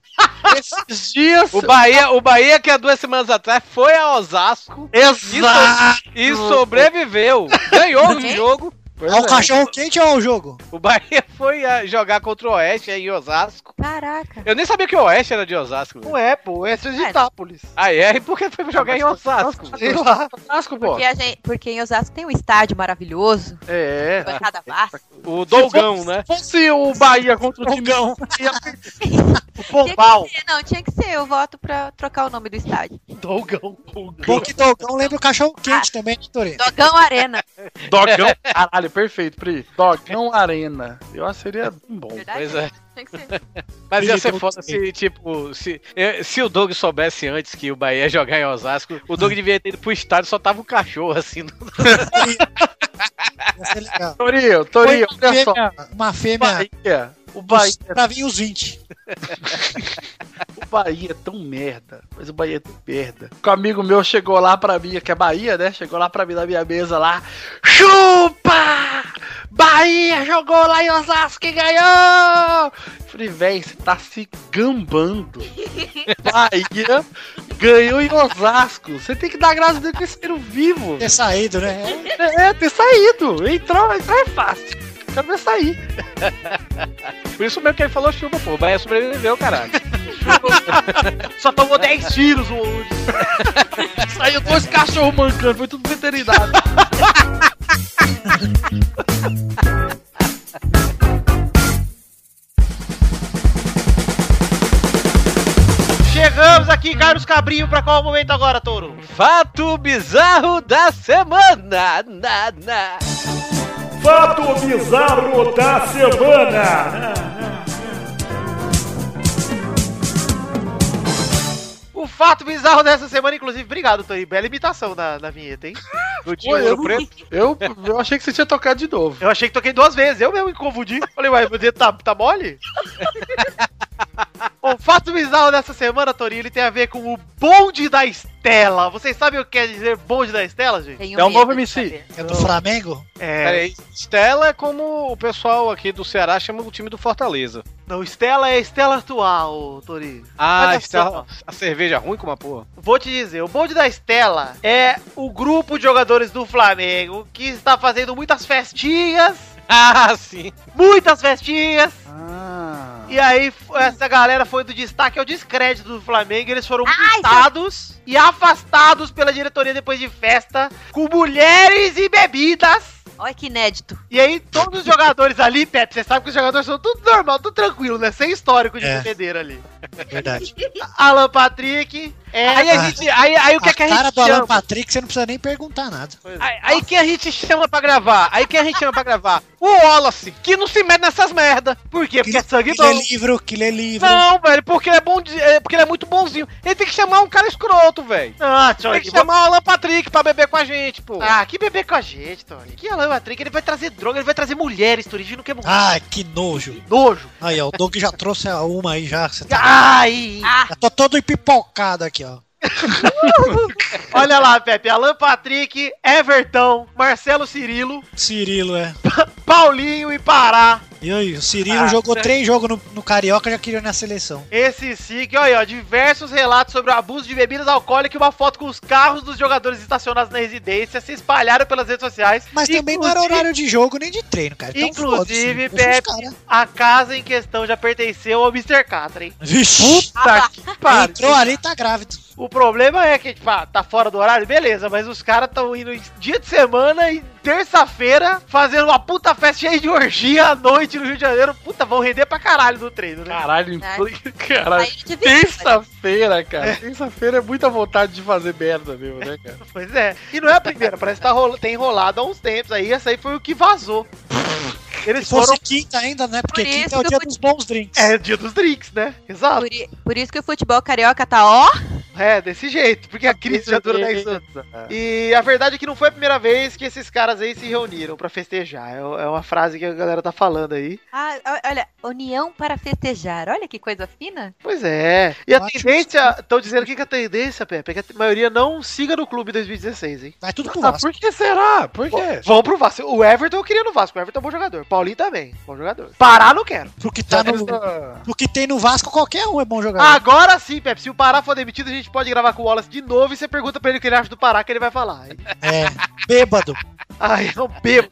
Speaker 5: Esses dias.
Speaker 7: tá-
Speaker 3: O Bahia, o Bahia, que há duas semanas atrás foi a Osasco
Speaker 5: Exato!
Speaker 3: e sobreviveu. Ganhou o
Speaker 5: um
Speaker 6: Quem?
Speaker 3: jogo. Pois
Speaker 4: Ao
Speaker 3: é.
Speaker 4: Ah, cachorro quente ou ao jogo?
Speaker 3: O Bahia foi ah, jogar contra o Oeste aí em Osasco.
Speaker 6: Caraca.
Speaker 3: Eu nem sabia que o Oeste era de Osasco. velho.
Speaker 7: Não é, pô. É de Itápolis.
Speaker 3: Ah, é? E por que foi jogar em Osasco?
Speaker 7: Sei lá.
Speaker 5: Vasco, pô.
Speaker 6: Porque, a gente- porque em Osasco tem um estádio maravilhoso.
Speaker 5: É.
Speaker 6: Bancada vasta.
Speaker 3: O Dolgão, né?
Speaker 5: Se fosse o Bahia contra o time.
Speaker 7: O
Speaker 6: Tinha que
Speaker 7: Pombal.
Speaker 6: ser, não, tinha que ser. Eu voto pra trocar o nome do estádio.
Speaker 7: Dogão.
Speaker 4: Bom que Dogão lembra o cachorro
Speaker 6: Ah.
Speaker 4: quente também, né, Torino?
Speaker 6: Dogão Arena.
Speaker 5: Dogão. *laughs* Caralho, perfeito, Pri. Dogão Arena. Eu acho que seria um bom.
Speaker 6: Verdade?
Speaker 3: Pois é.
Speaker 6: Tinha que ser.
Speaker 3: Mas ia ser
Speaker 4: Ele
Speaker 3: foda se, tipo, se, eh, se o Doug soubesse antes que o Bahia ia jogar em Osasco, o
Speaker 5: *laughs*
Speaker 3: Doug devia ter ido pro estádio só tava o cachorro, assim. no-
Speaker 4: Ia ser legal.
Speaker 5: Torio, Torio,
Speaker 4: Foi
Speaker 5: olha só.
Speaker 4: uma fêmea, uma
Speaker 5: O
Speaker 4: fêmea
Speaker 5: Bahia. O Bahia,
Speaker 4: pra vir os 20.
Speaker 5: o Bahia é tão merda, mas o Bahia é tão merda. Que um amigo meu chegou lá pra mim, que é Bahia, né? Chegou lá pra mim na minha mesa lá. Chupa! Bahia jogou lá em Osasco e ganhou! Falei, véi, você tá se gambando. Bahia ganhou em Osasco. Você tem que dar graças a Deus que eles saíram vivo.
Speaker 4: Ter saído, né?
Speaker 5: É, ter saído. Entrou, entrar é fácil. Cabe sair.
Speaker 3: *laughs* Por isso mesmo que ele falou chuva, pô. O Bahia sobreviveu,
Speaker 5: *laughs*
Speaker 3: caralho.
Speaker 7: Só tomou 10 tiros o
Speaker 5: Saiu dois cachorros mancando, foi tudo veterinário.
Speaker 7: Chegamos aqui, Carlos Cabrinho, pra qual momento agora, Touro?
Speaker 3: *laughs* Fato bizarro da semana. Na, na.
Speaker 1: Fato bizarro da semana.
Speaker 7: O Um fato bizarro dessa semana, inclusive, obrigado, Torinho. Bela imitação da, da vinheta, hein?
Speaker 3: Do time ouro preto.
Speaker 5: Eu, eu achei que você tinha tocado de novo.
Speaker 7: Eu achei que toquei duas vezes, eu mesmo me confundi. Falei, uai, meu dedo tá, tá mole? *laughs* o fato bizarro dessa semana, Torinho, ele tem a ver com o bonde da Estela. Vocês sabem o que quer dizer bonde da Estela, gente?
Speaker 6: Tenho
Speaker 5: É um
Speaker 6: medo
Speaker 5: novo
Speaker 6: de
Speaker 5: MC.
Speaker 6: saber.
Speaker 4: É do Flamengo?
Speaker 7: É.
Speaker 3: Peraí, Estela é como o pessoal aqui do Ceará chama o time do Fortaleza.
Speaker 7: Não, Estela é Estela atual, Torinho.
Speaker 3: Ah,
Speaker 7: Mas é
Speaker 3: Estela, a cerveja ruim como a porra.
Speaker 7: *laughs* Vou te dizer, o bonde da Estela é o grupo de jogadores do Flamengo que está fazendo muitas festinhas,
Speaker 3: Ah, sim.
Speaker 7: muitas festinhas.
Speaker 5: Ah.
Speaker 7: E aí f- essa galera foi do destaque ao descrédito do Flamengo, eles foram multados e afastados pela diretoria depois de festa com mulheres e bebidas.
Speaker 6: Olha que inédito.
Speaker 7: E aí todos os jogadores ali, Pepe, você sabe que os jogadores são tudo normal, tudo tranquilo, né? Sem histórico de
Speaker 4: É.
Speaker 7: bebedeira ali.
Speaker 4: Verdade. Ah.
Speaker 7: Alan Patrick, é,
Speaker 3: Aí a gente. Aí, aí o que, é
Speaker 4: a
Speaker 3: que a
Speaker 4: cara
Speaker 3: gente
Speaker 4: do Alan
Speaker 3: chama?
Speaker 4: Patrick, você não precisa nem perguntar nada.
Speaker 3: Aí, aí quem a gente chama pra gravar? Aí quem a gente chama pra gravar? O Wallace, que não se mete nessas merda. Por quê? Porque é sangue
Speaker 4: que lê
Speaker 3: bom.
Speaker 4: livro, que lê livro.
Speaker 3: Não, velho, porque ele é bom, de- é, porque ele é muito bonzinho. Ele tem que chamar um cara escroto, velho.
Speaker 7: Ah, tchau,
Speaker 3: Tem que chamar o Alan Patrick pra beber com a gente, pô.
Speaker 7: Ah, que bebê com a gente, Tony. Que Alan Patrick, ele vai trazer droga, ele vai trazer mulheres, Tony. A gente não quer mulher.
Speaker 4: Ai, que nojo.
Speaker 7: Nojo.
Speaker 4: Aí, ó, o Doug já trouxe a uma aí já. Você tá...
Speaker 7: Ai!
Speaker 4: Já tô todo empipocado aqui, ó.
Speaker 7: Olha lá, Pepe. Alan Patrick, Everton, Marcelo Cirilo,
Speaker 4: Cirilo, é.
Speaker 7: Paulinho e Pará.
Speaker 4: E aí, o Cirilo jogou três jogos no, no Carioca já queria na seleção.
Speaker 7: Esse sim, que olha aí, ó. Diversos relatos sobre o abuso de bebidas alcoólicas e uma foto com os carros dos jogadores estacionados na residência se espalharam pelas redes sociais.
Speaker 4: Mas também não era
Speaker 7: Inclusive,
Speaker 4: horário de jogo nem de treino, cara. Então,
Speaker 7: Inclusive,
Speaker 4: foda-se, deixa os
Speaker 7: Pepe.
Speaker 4: cara.
Speaker 7: A casa em questão já pertenceu ao Mr. Catra, hein?
Speaker 4: Vixe,
Speaker 7: Puta Tá que pariu.
Speaker 4: entrou ali e tá grávido.
Speaker 7: O problema é que, tipo, ah, tá fora do horário, beleza, mas os caras estão indo em dia de semana e terça-feira fazendo uma puta festa cheia de orgia à noite no Rio de Janeiro. Puta, vão render pra caralho no treino, né?
Speaker 5: Caralho, em
Speaker 6: Ai.
Speaker 5: play- caralho.
Speaker 6: Aí ele devia-
Speaker 5: Terça-feira, cara. Terça-feira é muita vontade de fazer merda mesmo, né, cara?
Speaker 7: Pois é. E não é a primeira, parece que tá rola- tem rolado há uns tempos aí, essa aí foi o que vazou. Eles
Speaker 4: Se fosse
Speaker 7: foram.
Speaker 4: quinta ainda, né? Porque
Speaker 6: Por
Speaker 4: quinta
Speaker 6: isso
Speaker 4: é o
Speaker 6: que eu
Speaker 4: dia
Speaker 6: fui-
Speaker 4: dos bons drinks.
Speaker 7: É, dia dos drinks, né? Exato.
Speaker 6: Por, i- por isso que o futebol carioca tá ó.
Speaker 7: É, desse jeito, porque a crise já dura 10 anos. E a verdade é que não foi a primeira vez que esses caras aí se reuniram pra festejar. É é uma frase que a galera tá falando aí.
Speaker 6: Ah, o- olha, união para festejar. Olha que coisa fina.
Speaker 7: Pois é. E a
Speaker 4: Eu acho
Speaker 7: tendência. Estão dizendo aqui que a tendência, Pepe, é que a maioria não siga no clube 2016, hein?
Speaker 4: Vai tudo pro
Speaker 5: Ah,
Speaker 4: Vasco.
Speaker 5: por que será? Por quê?
Speaker 7: Vamos pro Vasco. O Everton eu queria no Vasco. O Everton é bom jogador. Paulinho também. Bom jogador. Pará não quero.
Speaker 4: Pro que, tá no,
Speaker 5: Essa-
Speaker 4: pro que tem no Vasco, qualquer um é bom jogador.
Speaker 7: Agora sim, Pepe. Se o Pará for demitido, a gente pode gravar com o Wallace de novo e você pergunta pra ele o que ele acha do Pará, que ele vai falar. hein?
Speaker 4: *laughs* É, bêbado.
Speaker 7: Ai, é um eu bebo.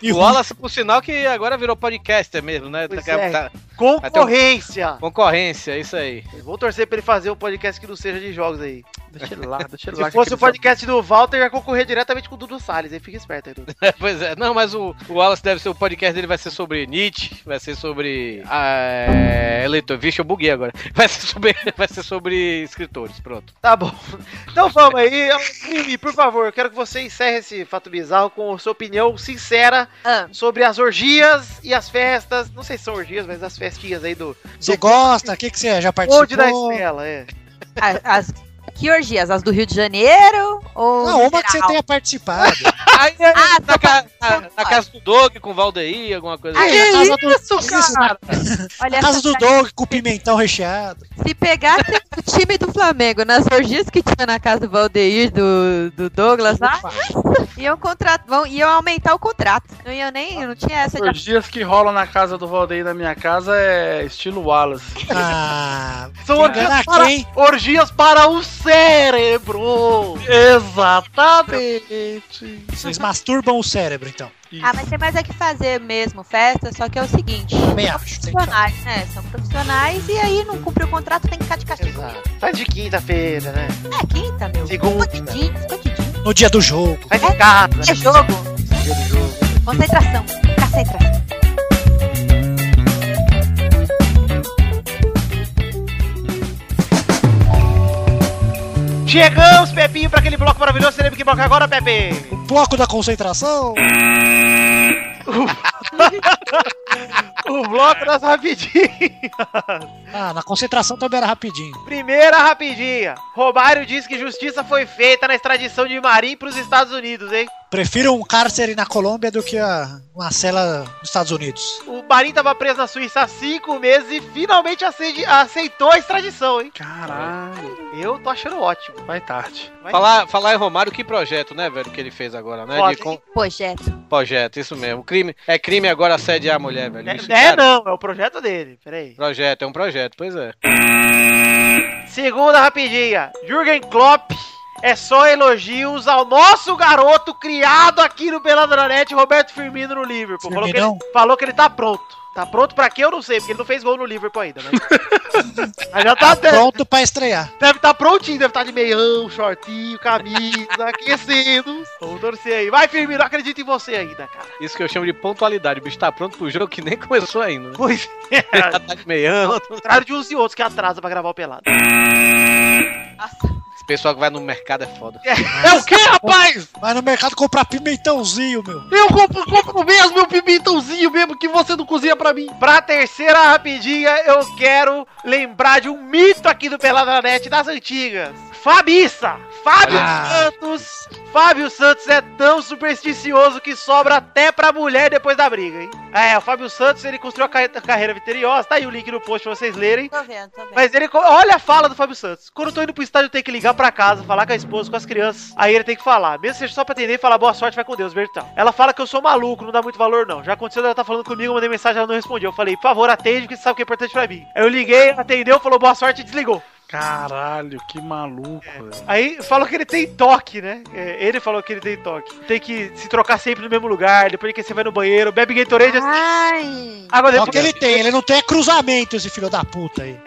Speaker 4: E
Speaker 3: o
Speaker 4: ruim.
Speaker 3: Wallace, por sinal, que agora virou podcaster mesmo, né?
Speaker 7: Pois
Speaker 3: Tá-
Speaker 7: é.
Speaker 3: tá-
Speaker 4: um
Speaker 7: Concorrência.
Speaker 3: concorrência, é isso aí. *laughs*
Speaker 7: Vou torcer pra ele fazer um podcast que não seja de jogos aí.
Speaker 5: Deixa ele lá, É, deixa ele lá.
Speaker 7: Se
Speaker 5: que
Speaker 7: fosse o
Speaker 5: aquele-
Speaker 7: podcast do Walter, ia concorrer diretamente com o Dudu Salles. Aí fica esperto aí, Dudu.
Speaker 3: Pois é, não, mas o, o Wallace deve ser, o podcast dele vai ser sobre Nietzsche, vai ser sobre. ah, eleitor, vixe, eu buguei agora. *laughs* Vai ser sobre, vai ser sobre escritores, pronto.
Speaker 7: Tá bom. *laughs* Então vamos aí. Mimi, por favor, eu quero que você encerre esse fato bizarro com a sua opinião sincera
Speaker 6: Ah,
Speaker 7: sobre as orgias e as festas. Não sei se são orgias, mas as festinhas aí do
Speaker 4: Você gosta? O que, que você é? já
Speaker 7: Onde da
Speaker 4: participou?
Speaker 7: Estela, é.
Speaker 6: a- as, que orgias? As do Rio de Janeiro? Ou
Speaker 4: Não,
Speaker 6: no
Speaker 4: uma que você
Speaker 6: geral?
Speaker 4: tenha participado.
Speaker 7: é
Speaker 3: Aí,
Speaker 6: Ah,
Speaker 3: na,
Speaker 6: tô
Speaker 3: ca-
Speaker 6: pra-
Speaker 3: na- na casa do Doug com o Valdeir, alguma coisa
Speaker 6: Ah,
Speaker 3: assim.
Speaker 6: é
Speaker 4: casa do-
Speaker 6: isso, cara? Olha
Speaker 4: A casa
Speaker 6: essa tá
Speaker 4: do
Speaker 6: frase.
Speaker 4: Doug com pimentão recheado.
Speaker 6: Se pegasse o time do Flamengo nas orgias que tinha na casa do Valdeir, do, do Douglas lá, iam, contrat... vão- iam aumentar o contrato. Não iam nem, não tinha essa de...
Speaker 5: Os dias que rolam na casa do Valdeir na minha casa é estilo Wallace.
Speaker 4: Ah,
Speaker 7: São orgias
Speaker 4: engana
Speaker 7: para,
Speaker 4: quem?
Speaker 7: orgias para o cérebro!
Speaker 2: Exatamente.
Speaker 4: Vocês masturbam o cérebro, então.
Speaker 6: Ah, mas tem mais é que fazer mesmo, festa, só que é o seguinte,
Speaker 4: Também acho. tem que falar.
Speaker 6: profissionais, né? São profissionais e aí não cumpre o contrato, tem que ficar de castigo.
Speaker 7: Faz Tá de quinta-feira, né?
Speaker 6: É quinta, meu.
Speaker 7: Segunda.
Speaker 6: Escondidinho, escondidinho.
Speaker 4: No dia do jogo.
Speaker 7: Faz Tá de casa. né?
Speaker 6: É jogo. Concentração, concentração.
Speaker 7: Chegamos, Pepinho, pra aquele bloco maravilhoso. Você lembra que bloco é agora, Pepe?
Speaker 4: Bloco da concentração.
Speaker 7: O bloco das rapidinhas. *laughs*
Speaker 4: Ah, na concentração também era rapidinho.
Speaker 7: Primeira rapidinha. Romário diz que justiça foi feita na extradição de Marim pros Estados Unidos, hein?
Speaker 4: Prefiro um cárcere na Colômbia do que a- uma cela nos Estados Unidos.
Speaker 7: O Marim tava preso na Suíça há cinco meses e finalmente acedi- aceitou a extradição, hein?
Speaker 5: Caralho,
Speaker 7: Eu tô achando ótimo.
Speaker 5: vai tarde.
Speaker 7: Mas-
Speaker 3: Falar, falar em Romário, que projeto, né, velho, que ele fez agora, né?
Speaker 7: Ó,
Speaker 3: de con-
Speaker 6: Projeto.
Speaker 3: Projeto, isso mesmo. Crime, é crime agora assediar a mulher, velho.
Speaker 7: É,
Speaker 3: Isso,
Speaker 7: é
Speaker 3: cara,
Speaker 7: não, é o projeto dele. Peraí.
Speaker 3: Projeto, é um projeto, pois é.
Speaker 7: Segunda rapidinha. Jürgen Klopp é só elogios ao nosso garoto criado aqui no Peladronete, Roberto Firmino no Liverpool. Falou que,
Speaker 4: Firminão.
Speaker 7: ele, falou que ele tá pronto. Tá pronto pra quê? Eu não sei, porque ele não fez gol no Liverpool ainda, né? Mas já tá, deve
Speaker 4: Pronto pra estrear.
Speaker 7: estar prontinho, deve estar de meião, shortinho, camisa, *laughs* aquecido. Vamos torcer aí. Vai, Firmino, acredito em você ainda, cara.
Speaker 3: Isso que eu chamo de pontualidade. O bicho tá pronto pro jogo que nem *laughs* começou ainda. Né?
Speaker 7: Pois
Speaker 3: Já tá de *laughs* meião.
Speaker 7: Ao contrário de uns e outros que atrasa pra gravar o pelado.
Speaker 3: Esse pessoal que vai no mercado é foda.
Speaker 7: É o quê, rapaz?
Speaker 4: Vai no mercado comprar pimentãozinho, meu.
Speaker 7: Eu compro, compro mesmo meu pimentãozinho mesmo que você não cozinha pra mim. Pra terceira rapidinha, eu quero lembrar de um mito aqui do Peladranet das antigas. Fabiça! Fábio
Speaker 4: Ah.
Speaker 7: Santos! Fábio Santos é tão supersticioso que sobra até pra mulher depois da briga, hein? É, o Fábio Santos, ele construiu a carre- carreira vitoriosa, tá aí o link no post pra vocês lerem.
Speaker 6: Tô vendo, tô vendo.
Speaker 7: É. Mas ele. co- Olha a fala do Fábio Santos. Quando eu tô indo pro estádio, eu tenho que ligar pra casa, falar com a esposa, com as crianças. Aí ele tem que falar. Mesmo que seja só pra atender e falar boa sorte, vai com Deus, Bertão. Ela fala que eu sou maluco, não dá muito valor, não. Já aconteceu, ela tá falando comigo, eu mandei mensagem, ela não respondeu. Eu falei, por favor, atende, porque você sabe o que é importante pra mim. Aí eu liguei, ela atendeu, falou boa sorte e desligou.
Speaker 5: Caralho, que maluco, velho.
Speaker 7: Aí falou que ele tem toque, né? É, ele falou que ele tem toque. Tem que se trocar sempre no mesmo lugar, depois que você vai no banheiro, bebe Gatorade.
Speaker 6: Ah.
Speaker 7: assim.
Speaker 6: Ai,
Speaker 7: Agora
Speaker 4: Só
Speaker 7: depois
Speaker 4: que ele tem, ele não tem é cruzamento, esse filho da puta aí.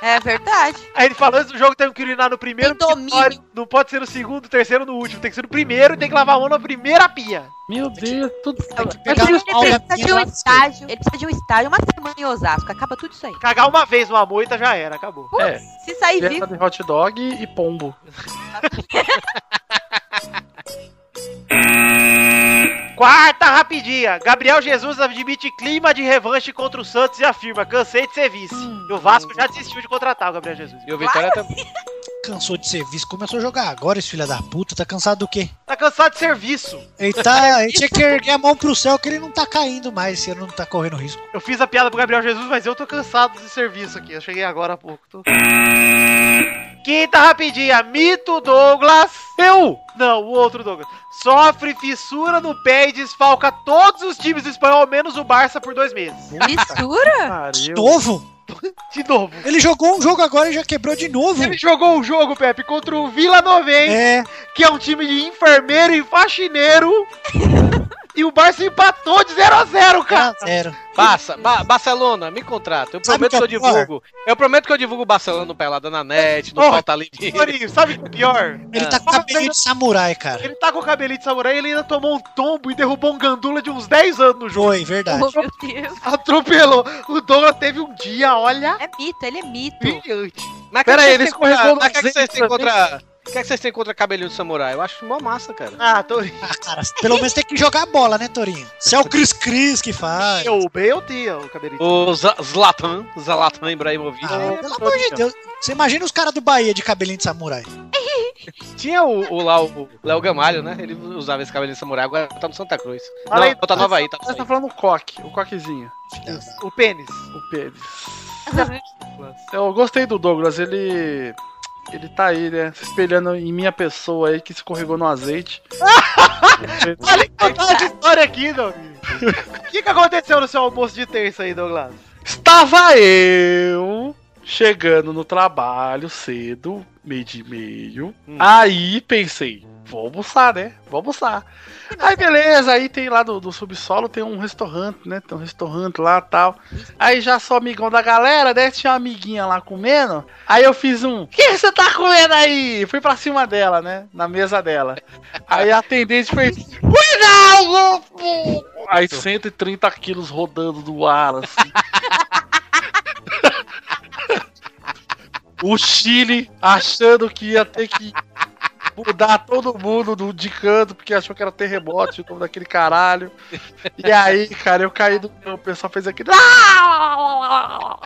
Speaker 6: é verdade.
Speaker 7: Aí ele falou, antes do jogo tem que urinar no primeiro.
Speaker 6: Tem domínio.
Speaker 7: porque pode- não pode ser no segundo, terceiro, no último. Tem que ser no primeiro e tem que lavar a mão na primeira pia.
Speaker 5: Meu Deus, tudo
Speaker 4: Tem que
Speaker 6: Ele
Speaker 4: pegar uma aula
Speaker 6: precisa de um estágio. Ele precisa de um estágio, uma semana em Osasco. Acaba tudo isso aí.
Speaker 7: Cagar uma vez uma moita já era, acabou.
Speaker 6: Putz,
Speaker 5: É.
Speaker 6: se sair vivo,
Speaker 5: dieta de hot dog e pombo.
Speaker 7: Quarta rapidinha. Gabriel Jesus admite clima de revanche contra o Santos e afirma: cansei de ser vice.
Speaker 6: Hum,
Speaker 7: E o Vasco já desistiu de contratar o Gabriel Jesus.
Speaker 3: E o Vitória tá- também.
Speaker 4: Cansou de ser visto, começou a jogar agora, esse filho da puta. Tá cansado do quê?
Speaker 7: Tá cansado de serviço.
Speaker 4: Ele, tá, ele tinha que erguer a mão pro céu que ele não tá caindo mais, se ele não tá correndo risco.
Speaker 7: Eu fiz a piada pro Gabriel Jesus, mas eu tô cansado de serviço aqui. Eu cheguei agora há pouco. Tô- Quinta rapidinha. Mito Douglas. Eu! Não, o outro Douglas. Sofre fissura no pé e desfalca todos os times do espanhol, menos o Barça, por dois meses.
Speaker 6: mistura.
Speaker 4: De
Speaker 5: Pariu.
Speaker 4: novo?
Speaker 7: De novo.
Speaker 4: Ele jogou um jogo agora e já quebrou de novo.
Speaker 7: Ele jogou o jogo, Pepe, contra o Vila Novense.
Speaker 4: É,
Speaker 7: que é um time de enfermeiro e faxineiro. e o Barça empatou de 0 a 0 cara.
Speaker 4: zero.
Speaker 3: Barça, Ba- Barcelona, me contrata. Eu
Speaker 4: Sabe
Speaker 3: prometo que,
Speaker 4: que é
Speaker 3: eu divulgo. Eu prometo que eu divulgo o Barcelona no Pelada na net, no
Speaker 7: Oh,
Speaker 3: Falta Livre.
Speaker 7: Torinho, sabe o que é pior?
Speaker 4: Ele tá com cabelinho de samurai, cara.
Speaker 7: Ele tá com o cabelinho de samurai e ele ainda tomou um tombo e derrubou um gandula de uns 10 anos no jogo.
Speaker 4: Foi, É verdade.
Speaker 6: Oh, meu Deus.
Speaker 7: Atropelou. O Douglas teve um dia, olha,
Speaker 6: É mito, ele é mito.
Speaker 7: brilhante.
Speaker 3: Mas
Speaker 5: Pera aí,
Speaker 3: aí,
Speaker 5: ele
Speaker 3: eles
Speaker 5: escorregou
Speaker 3: Mas que é que
Speaker 5: no
Speaker 3: vocês têm
Speaker 5: Zenit
Speaker 3: contra. O que é que vocês têm contra cabelinho de samurai? Eu acho mó massa, cara.
Speaker 7: Ah, Torinho.
Speaker 4: Ah, cara, pelo menos tem que jogar bola, né, Torinho? Se é o Cris Cris que faz.
Speaker 7: Eu bem eu tinha o cabelinho.
Speaker 3: O Z- Zlatan, Zlatan Ibrahimovic.
Speaker 4: Ah, pelo amor de Deus. Você imagina os caras do Bahia de cabelinho de samurai.
Speaker 3: Tinha o, o lá, o Léo Gamalho, né? Ele usava esse cabelo de samurai, agora tá no Santa Cruz.
Speaker 7: Fala aí,
Speaker 3: não, tá no Havaí, tá no
Speaker 5: Você tá
Speaker 3: Havaí.
Speaker 5: falando o coque, o coquezinho,
Speaker 7: O pênis.
Speaker 5: o pênis. Eu gostei do Douglas, ele. Ele tá aí, né? Se espelhando em minha pessoa aí que escorregou no azeite.
Speaker 7: Contar essa história aqui, Doug. O que, que aconteceu no seu almoço de terça aí, Douglas?
Speaker 5: Estava eu chegando no trabalho cedo, meio de meio. Aí pensei, vou almoçar, né? Vou almoçar. Aí beleza, aí tem lá do, do subsolo, tem um restaurante, né? Tem um restaurante lá tal. Aí já sou amigão da galera, né? Tinha uma amiguinha lá comendo. Aí eu fiz um, o que você tá comendo aí? Fui pra cima dela, né? Na mesa dela. Aí a atendente fez, cuidado! pô!" Aí 130 quilos rodando do ar, assim. o Chile achando que ia ter que mudar todo mundo do, de canto, porque achou que era terremoto, o nome daquele caralho. E aí, cara, eu caí do. O pessoal fez aquele. "Ah!"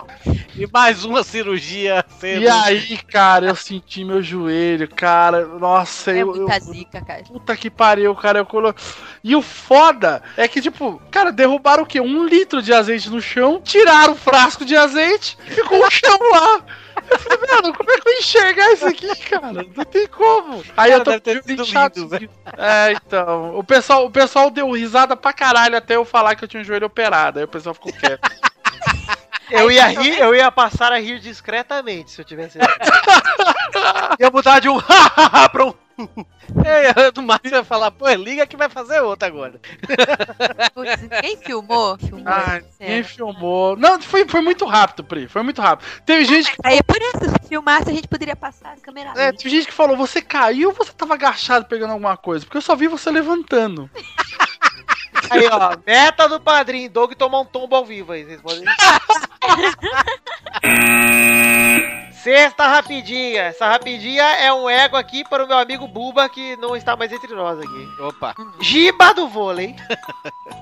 Speaker 3: E mais uma cirurgia sendo.
Speaker 5: E aí, cara, eu senti meu joelho, cara. Nossa,
Speaker 6: É
Speaker 5: eu. eu-
Speaker 6: muita zica, cara.
Speaker 5: Puta que pariu, cara. Eu colo... E o foda é que, tipo, cara, derrubaram o quê? Um litro de azeite no chão, tiraram o frasco de azeite, ficou o chão lá. Eu falei, mano, como é que eu vou enxergar isso aqui, cara? Não tem como.
Speaker 3: Cara,
Speaker 5: Aí eu tô
Speaker 3: deve ter sido
Speaker 5: inchado
Speaker 3: lindo,
Speaker 5: de- É, então. O pessoal, o pessoal deu risada pra caralho até eu falar que eu tinha um joelho operado. Aí o pessoal ficou quieto.
Speaker 7: *laughs* Eu ia rir, eu ia passar a rir discretamente se eu tivesse. ia mudar de um *laughs* pra
Speaker 5: *laughs*
Speaker 7: um.
Speaker 3: É, do mais vai falar, pô, liga que vai fazer outra agora.
Speaker 6: Putz, quem filmou? Filmou. essa
Speaker 5: Ai, Ah, Quem
Speaker 6: cena.
Speaker 5: filmou? Não, foi, foi muito rápido, Pri. Foi muito rápido. Teve gente que
Speaker 6: Aí É por isso, se filmasse, a gente poderia passar a câmera.
Speaker 5: É, tem gente que falou, você caiu ou você tava agachado pegando alguma coisa? Porque eu só vi você levantando.
Speaker 7: *laughs* Aí, ó. Meta do padrinho, Doug tomar um tombo ao vivo aí. Vocês podem.
Speaker 5: *laughs*
Speaker 7: Sexta rapidinha. Essa rapidinha é um ego aqui para o meu amigo Buba, que não está mais entre nós aqui.
Speaker 3: *laughs* Opa,
Speaker 7: Giba do
Speaker 5: *laughs*
Speaker 7: vôlei.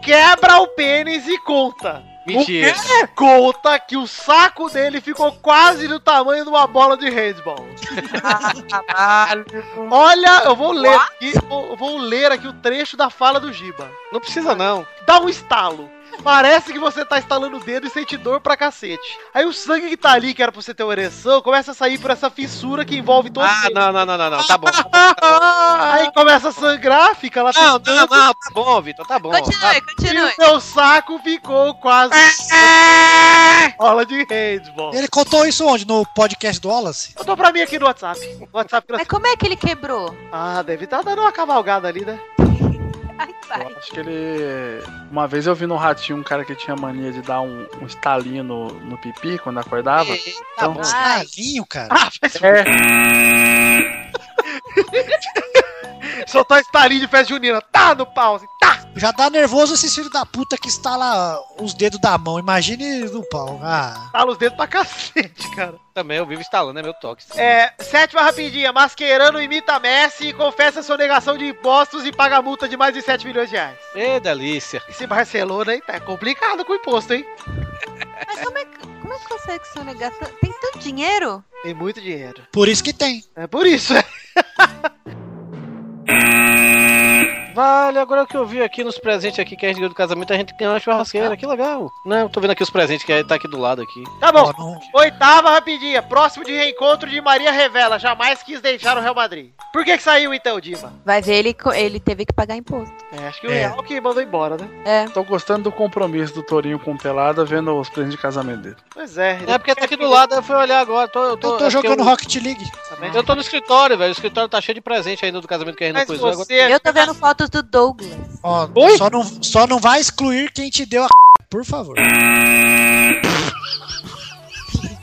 Speaker 7: Quebra o pênis e conta.
Speaker 3: mentira.
Speaker 7: Conta que tá o saco dele ficou quase do tamanho de uma bola de handball.
Speaker 6: Ah,
Speaker 7: Olha, eu vou ler aqui, eu vou ler aqui o trecho da fala do Giba.
Speaker 3: Não precisa não.
Speaker 7: Dá um estalo. Parece que você tá estalando o dedo e sente dor pra cacete. Aí o sangue que tá ali, que era pra você ter uma ereção, começa a sair por essa fissura que envolve todo
Speaker 3: Ah,
Speaker 7: o
Speaker 3: não, não, não, não, não, tá bom. Tá bom.
Speaker 7: Aí começa a sangrar, fica lá
Speaker 3: *laughs* Não, não,
Speaker 7: tentando,
Speaker 3: não, tá bom, Vitor, tá bom. Tá-
Speaker 6: Continue,
Speaker 7: E
Speaker 6: continue.
Speaker 7: o seu saco ficou quase. Bola de handball.
Speaker 4: Ele contou isso onde? No podcast do Wallace?
Speaker 7: Eu tô pra mim aqui no WhatsApp. WhatsApp que nós-
Speaker 6: Mas como é que ele quebrou?
Speaker 7: Ah, deve estar dando uma cavalgada ali, né?
Speaker 6: Ai, pai.
Speaker 5: Eu acho que ele. Uma vez eu vi no ratinho um cara que tinha mania de dar um, um estalinho no, no pipi quando acordava.
Speaker 3: Tá
Speaker 5: Então,
Speaker 3: bom.
Speaker 6: Ai.
Speaker 4: Carlinho, cara.
Speaker 5: é,
Speaker 7: Soltar estalinho de festa junina. Tá no pau, assim.
Speaker 4: Já dá nervoso esses filhos da puta que instala os dedos da mão. Imagine no pau. Ah.
Speaker 7: Tala os tá dedos pra cacete, cara.
Speaker 3: Também eu vivo instalando, é meu toque.
Speaker 7: É, sétima rapidinha. Mascherano imita Messi e confessa sua negação de impostos e paga multa de mais de 7 milhões de reais.
Speaker 3: Ê, delícia.
Speaker 7: Esse Barcelona, hein? Tá complicado com o imposto, hein?
Speaker 6: Mas como é que, como é que consegue sonegar? tan- Tem tanto dinheiro?
Speaker 7: Tem muito dinheiro.
Speaker 4: Por isso que tem.
Speaker 7: É por isso, *laughs* é.
Speaker 3: Vale, agora que eu vi aqui nos presentes aqui que a gente ganhou do casamento, a gente ganhou uma churrasqueira, que legal. Não, tô vendo aqui os presentes
Speaker 7: é,
Speaker 3: que tá aqui do lado aqui.
Speaker 7: Tá bom.
Speaker 4: Ó, não-
Speaker 7: Oitava rapidinha. Próximo de reencontro de Maria Revela. Jamais quis deixar o Real Madrid. Por que que saiu então, Dima?
Speaker 6: Vai ver, ele, co- ele teve que pagar imposto.
Speaker 7: É, acho que o
Speaker 4: É.
Speaker 7: Real que mandou embora, né?
Speaker 6: É.
Speaker 5: tô gostando do compromisso do Torinho com o Pelada vendo os presentes de casamento dele.
Speaker 7: Pois é.
Speaker 3: É porque tá aqui do lado, eu fui olhar agora. Tô, eu tô,
Speaker 4: é Eu tô
Speaker 3: acho que
Speaker 4: jogando
Speaker 3: eu-
Speaker 4: Rocket League.
Speaker 7: Também.
Speaker 3: Eu tô no escritório, velho. O escritório tá cheio de presente ainda do casamento que a gente não
Speaker 7: Mas
Speaker 3: coisou. Agora...
Speaker 7: você...
Speaker 6: Eu tô vendo fotos do Douglas.
Speaker 4: Ó,
Speaker 3: Oi?
Speaker 4: só, não, só não vai excluir quem te deu a *laughs* por favor.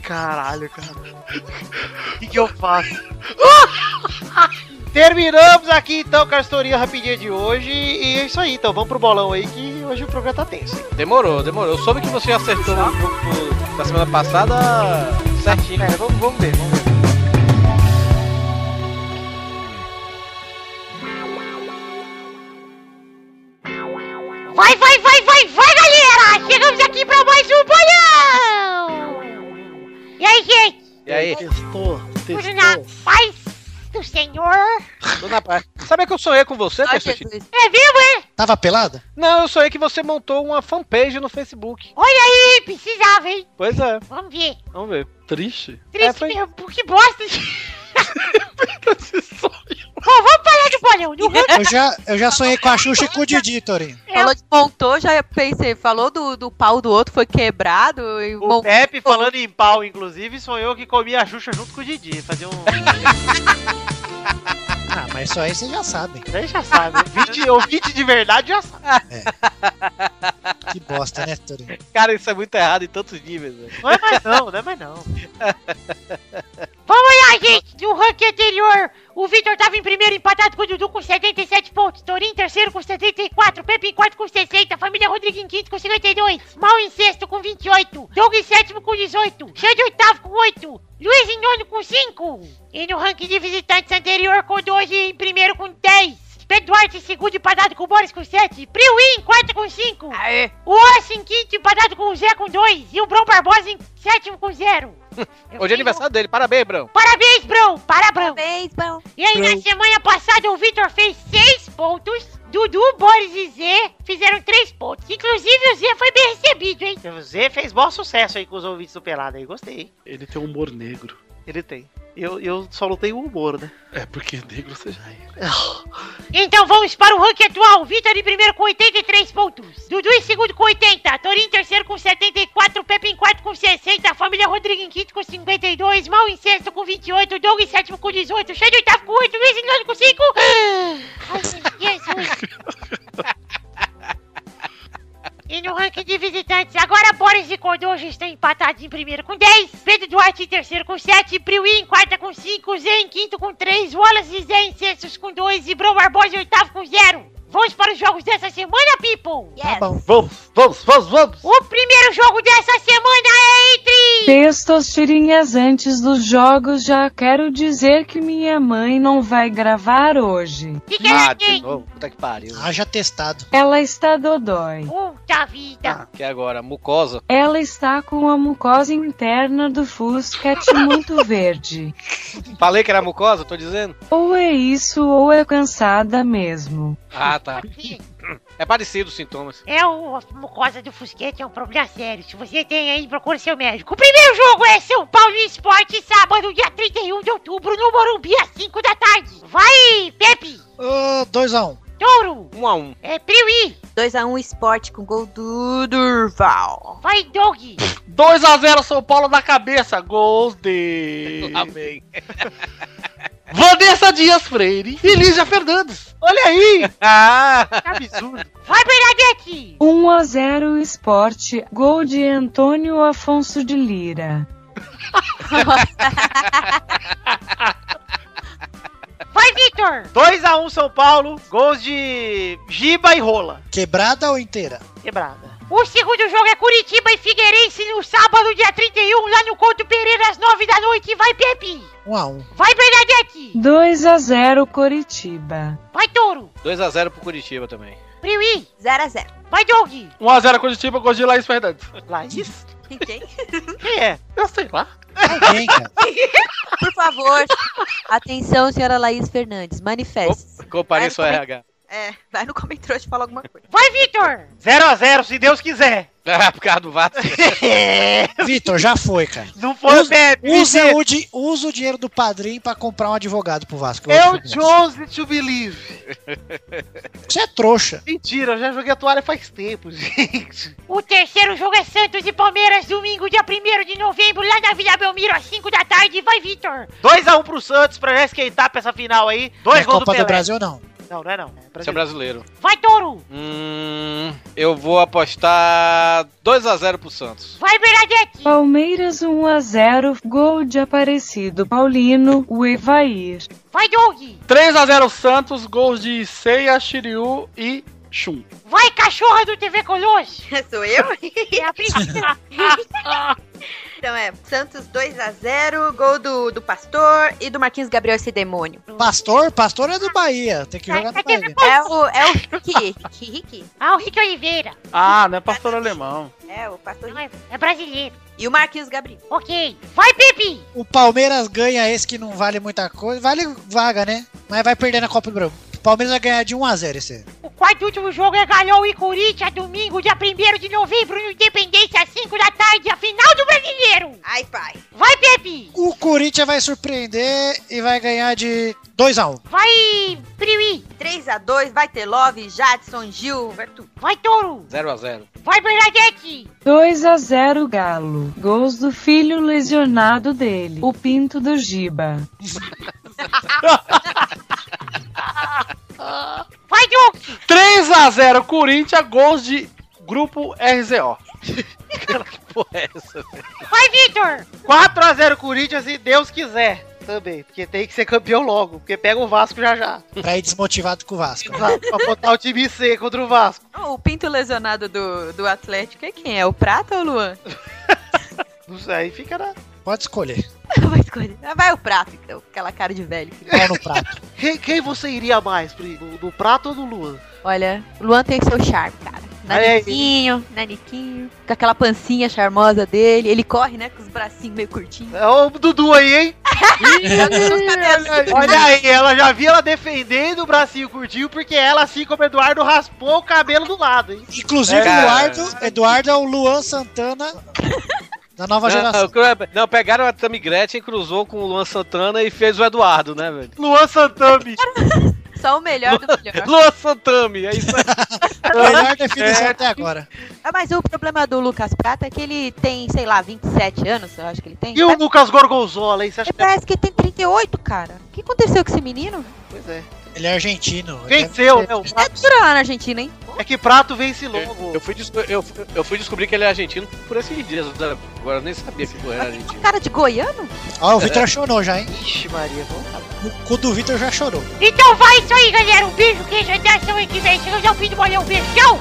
Speaker 7: Caralho, cara. O *laughs* que, que eu faço? *laughs* Terminamos aqui então com a historinha rapidinha de hoje. E é isso aí, então vamos pro bolão aí que hoje o programa tá tenso.
Speaker 3: Demorou, demorou. Eu soube que você acertou o jogo da semana passada certinho. né?
Speaker 7: É, vamos, vamos ver, vamos ver.
Speaker 8: Vai, vai, vai, vai, vai, galera! Chegamos aqui pra mais um bolão! E aí, gente?
Speaker 3: E aí?
Speaker 5: Testou,
Speaker 3: Então.
Speaker 8: Tudo na paz? do Senhor.
Speaker 3: Dona Paz. Sabe que eu sonhei com você,
Speaker 6: Ai,
Speaker 3: Constantino?
Speaker 6: Jesus.
Speaker 8: É vivo, hein?
Speaker 4: Tava pelada?
Speaker 3: Não, eu sonhei que você montou uma fanpage no Facebook.
Speaker 8: Olha aí, precisava, hein?
Speaker 3: Pois é,
Speaker 8: Vamos ver.
Speaker 3: vamos ver.
Speaker 5: Triste.
Speaker 8: Triste
Speaker 3: É, foi-
Speaker 8: mesmo, pô, que
Speaker 3: *laughs*
Speaker 8: bosta. de- Bom, vamos parar de bolão.
Speaker 3: *laughs*
Speaker 8: No ramo,
Speaker 7: É.
Speaker 4: Eu já, eu
Speaker 7: Tá
Speaker 4: já sonhei com a Xuxa e com o Didi, Torinho.
Speaker 6: Falou de montou, já pensei, falou do, do pau do outro, foi quebrado e
Speaker 7: O
Speaker 6: montou.
Speaker 7: Pepe, falando em pau, inclusive, sonhou que comia a Xuxa junto com o Didi. Fazia um.
Speaker 4: Ah, mas isso aí vocês já sabem.
Speaker 7: Daí já sabe. né? *laughs* Ouvinte, ouvinte de verdade já sabe.
Speaker 4: Que bosta, né, Torinho?
Speaker 3: Cara, isso é muito errado em tantos níveis. velho.
Speaker 7: Não é mais não, não é mais não.
Speaker 8: olha, gente. No ranking anterior, o Vitor tava em primeiro empatado com o Dudu com 77 pontos. Torinho em terceiro com 74. Pepe em quarto com 60. Família Rodrigo em quinto com 52. Mal em sexto com 28. Doug em sétimo com 18. Xande em oitavo com 8. Luiz em nono com 5. E no ranking de visitantes anterior, com 12 em primeiro com 10. Pedro Duarte em segundo empatado com o Boris com 7. Priuí em quarto com 5.
Speaker 6: Aê.
Speaker 8: O Ossi em quinto empatado com o Zé com 2. E o Brão Barbosa em sétimo com
Speaker 3: *laughs*
Speaker 8: 0.
Speaker 3: Hoje é aniversário dele, parabéns, Brão.
Speaker 8: Parabéns, Brão! Parabéns!
Speaker 6: Parabéns, bom.
Speaker 8: E aí, na semana passada, o Vitor fez seis pontos. Dudu, Boris e Zé fizeram três pontos. Inclusive, o Zé foi bem recebido, hein?
Speaker 7: O Zé fez bom sucesso aí com os ouvintes do Pelado aí. Gostei, hein?
Speaker 5: Ele tem um humor negro.
Speaker 7: Ele tem. Eu, eu só não tenho humor, né?
Speaker 5: É porque negro você já é.
Speaker 8: Então vamos para o ranking atual. Vitor em primeiro com 83 pontos. Dudu em segundo com 80. Torinho em terceiro com 74. Pepe em quarto com 60. Família Rodrigo em quinto com 52. Mal em sexto com 28. Doug em sétimo com 18. Xande em oitavo com 8. Luiz em nono com 5. Ai, Jesus. E no ranking de visitantes, agora Boris e Cordojo estão empatados tá em primeiro com 10, Pedro Duarte em terceiro com 7, Priui em quarta com 5, Zé em quinto com 3, Wallace e Zé em sextos com 2 e Bruno Barbosa em oitavo com 0. Vamos para os jogos dessa semana, people!
Speaker 4: Tá bom.
Speaker 7: Vamos, vamos, vamos, vamos!
Speaker 8: O primeiro jogo dessa semana é
Speaker 5: né?
Speaker 8: entre...
Speaker 9: Textos tirinhas antes dos jogos, já quero dizer que minha mãe não vai gravar hoje.
Speaker 8: Que que
Speaker 3: Ah,
Speaker 8: é
Speaker 3: de
Speaker 8: quem?
Speaker 3: novo, puta que pariu.
Speaker 4: Haja testado.
Speaker 9: Ela está dodói.
Speaker 8: Puta vida!
Speaker 3: Que agora, mucosa.
Speaker 9: Ela está com a mucosa interna do
Speaker 5: *laughs*
Speaker 9: fuscate muito verde.
Speaker 3: Falei que era mucosa, tô dizendo?
Speaker 9: Ou é isso ou é cansada mesmo.
Speaker 3: Ah, tá.
Speaker 8: Aqui
Speaker 3: É parecido os sintomas.
Speaker 8: É o, a mucosa do fusquete, é um problema sério. Se você tem aí, procure seu médico. O primeiro jogo é São Paulo Esporte, sábado, dia 31 de outubro, no Morumbi, às 5 da tarde. Vai, Pepe!
Speaker 4: Ô, 2x1.
Speaker 8: Touro!
Speaker 3: Um a um.
Speaker 8: É Priui!
Speaker 6: 2x1 esporte um, com gol do Durval.
Speaker 8: Vai, Dog!
Speaker 7: 2x0 São Paulo na cabeça, gols de...
Speaker 5: *laughs*
Speaker 3: Amém.
Speaker 7: Vanessa Dias Freire e Lígia Fernandes. Olha aí!
Speaker 3: Ah,
Speaker 7: Que absurdo.
Speaker 8: Vai, Bernadette!
Speaker 9: 1 a 0 esporte, gol de Antônio Afonso de Lira.
Speaker 8: Vai, Vitor!
Speaker 7: 2x1 São Paulo, gols de Giba e Rola.
Speaker 4: Quebrada ou inteira?
Speaker 7: Quebrada.
Speaker 8: O segundo jogo é Curitiba e Figueirense no sábado, dia 31, lá no Couto Pereira, às 9 da noite. Vai, Pepe!
Speaker 4: 1x1.
Speaker 8: Vai, Bernadette!
Speaker 9: 2 a 0 Coritiba.
Speaker 8: Vai, Touro!
Speaker 3: 2x0 pro Curitiba também.
Speaker 8: Priui!
Speaker 6: 0x0.
Speaker 8: Vai, Dog!
Speaker 5: 1x0
Speaker 3: Tipo,
Speaker 5: Curitiba, gol de Laís Fernandes.
Speaker 7: Laís?
Speaker 6: Quem?
Speaker 7: Quem é? Eu sei lá. *laughs*
Speaker 4: Alguém, Tá cara.
Speaker 6: Por *laughs* favor. Atenção, senhora Laís Fernandes,
Speaker 8: É.
Speaker 6: manifeste.
Speaker 3: Compareça ao
Speaker 6: Vai no
Speaker 3: *laughs* RH.
Speaker 6: É, vai no comentário e fala alguma coisa.
Speaker 8: Vai, Vitor!
Speaker 7: 0x0, se Deus quiser.
Speaker 3: Ah, por causa do Vasco.
Speaker 4: Vitor, já foi, cara.
Speaker 7: Não foi o
Speaker 4: Usa-
Speaker 7: Pepe.
Speaker 4: Usa
Speaker 7: Vitor.
Speaker 4: o, di- usa o dinheiro do padrinho pra comprar um advogado pro Vasco.
Speaker 7: Eu chose to believe.
Speaker 4: Você é trouxa.
Speaker 7: Mentira, eu já joguei a toalha faz tempo, *laughs* gente.
Speaker 8: O terceiro jogo é Santos e Palmeiras, domingo, dia 1 de novembro, lá na Vila Belmiro, às 5 da tarde. Vai, Vitor!
Speaker 7: 2x1 pro Santos pra já esquentar pra essa final aí. Dois
Speaker 4: é
Speaker 7: gols
Speaker 4: Copa
Speaker 7: do
Speaker 4: do,
Speaker 7: Pelé.
Speaker 4: Brasil, não.
Speaker 7: Não, não é não. É
Speaker 3: Você é
Speaker 7: Brasil.
Speaker 3: brasileiro.
Speaker 8: Vai, Touro!
Speaker 3: Hum, eu vou apostar 2x0 pro Santos.
Speaker 8: Vai, Bernadette!
Speaker 9: Palmeiras 1 a 0, gol de Aparecido Paulino, o Evair.
Speaker 8: Vai, Doug!
Speaker 5: 3x0 Santos, gols de Seiya, Shiryu e Shun.
Speaker 8: Vai, cachorra do TV Colosso!
Speaker 6: *laughs* Sou eu?
Speaker 8: É a princesa!
Speaker 6: Então é, Santos 2x0, gol do, do Pastor e do Marquinhos Gabriel, esse demônio.
Speaker 4: Pastor, pastor é do Bahia. Tem
Speaker 7: *laughs*
Speaker 4: que jogar no Bahia.
Speaker 6: É o, é o Rick, Rick, Rick.
Speaker 8: ah, o Rick Oliveira!
Speaker 5: Ah, não é pastor alemão.
Speaker 6: É, o Pastor
Speaker 8: Não é, é brasileiro.
Speaker 6: E o Marquinhos Gabriel.
Speaker 8: Ok. Vai, Pepe!
Speaker 4: O Palmeiras ganha esse que não vale muita coisa. Vale vaga, né? Mas vai perder na Copa do Brasil. O Palmeiras vai ganhar de 1 a 0 esse ano.
Speaker 8: O quarto e último jogo é Galhão e Corinthians, domingo, dia 1 de novembro, no Independência, às 5 da tarde, a final do Brasileiro!
Speaker 6: Ai, pai.
Speaker 8: Vai, Pepe!
Speaker 4: O Corinthians vai surpreender e vai ganhar de 2 a 1
Speaker 8: Vai, Priui!
Speaker 6: 3x2, vai ter Love, Jadson, Gil, vai tudo.
Speaker 8: Vai, Touro!
Speaker 3: 0x0.
Speaker 8: Vai, Bernadette!
Speaker 9: 2 a 0 Galo. Gols do filho lesionado dele, o Pinto do Giba.
Speaker 8: Vai, Duke!
Speaker 5: 3x0 Corinthians, gols de grupo RZO.
Speaker 3: Porra, é essa.
Speaker 8: Vai, Vitor!
Speaker 7: 4x0 Corinthians, se Deus quiser. Também, porque tem que ser campeão logo, porque pega o Vasco já já.
Speaker 4: pra ir desmotivado com o Vasco.
Speaker 7: Pra pra botar o time C contra o Vasco.
Speaker 6: Ó, o pinto lesionado do, do Atlético é quem? É o Prata ou o *laughs* Luan?
Speaker 7: Não sei, aí fica na.
Speaker 4: Pode escolher.
Speaker 6: Vai escolher. Ah, Vai o Prata, então. Aquela cara de velho. que-
Speaker 4: Pau no prato.
Speaker 7: Quem, quem você iria mais, Pri? No, no Prato ou no Luan?
Speaker 6: Olha, o Luan tem seu charme, cara.
Speaker 7: Olha aí.
Speaker 6: Naniquinho, naniquinho. Com aquela pancinha charmosa dele. Ele corre, né? Com os bracinhos meio curtinhos.
Speaker 7: É o Dudu aí, hein?
Speaker 6: Olha assim.
Speaker 7: Olha aí, ela já viu ela defendendo o bracinho curtinho, porque ela, assim como o Eduardo, raspou o cabelo do lado, hein?
Speaker 4: *laughs* Inclusive,
Speaker 3: É, cara.
Speaker 4: Eduardo, Eduardo é o Luan Santana da nova
Speaker 3: Não,
Speaker 4: geração.
Speaker 3: não, não, pegaram a Tammy Gretchen, cruzou com o Luan Santana e fez o Eduardo, né, velho?
Speaker 7: Luan Santami.
Speaker 6: Só o melhor do
Speaker 7: *laughs*
Speaker 6: melhor.
Speaker 3: *laughs* Luan Santana, é isso aí.
Speaker 4: Melhor
Speaker 3: É.
Speaker 4: definição até agora.
Speaker 6: Ah, mas o problema do Lucas Prata é que ele tem, sei lá, 27 anos, eu acho que ele tem.
Speaker 7: E o Lucas Gorgonzola, hein? Você acha
Speaker 6: Ele
Speaker 7: que é...
Speaker 6: parece que ele tem 38, cara. O que aconteceu com esse menino?
Speaker 7: Pois é.
Speaker 4: Ele é argentino. Ele
Speaker 7: Venceu, né? O
Speaker 6: É
Speaker 7: Prato-
Speaker 6: dura lá na Argentina, hein?
Speaker 7: É que Prato vence logo.
Speaker 3: Eu fui, desco- eu, fui- eu fui descobrir que ele é argentino por esses dias. né? Agora eu nem sabia que porra era
Speaker 6: Uma
Speaker 3: argentino.
Speaker 6: cara de goiano?
Speaker 4: é- Ó, o Vitor chorou já, hein?
Speaker 7: Ixi, Maria, vamos lá.
Speaker 4: O cu do Vitor já chorou.
Speaker 8: Então vai isso aí, galera. Um beijo, queijo, até a semana que vem. Chegamos ao fim do bolão. Um beijo, tchau!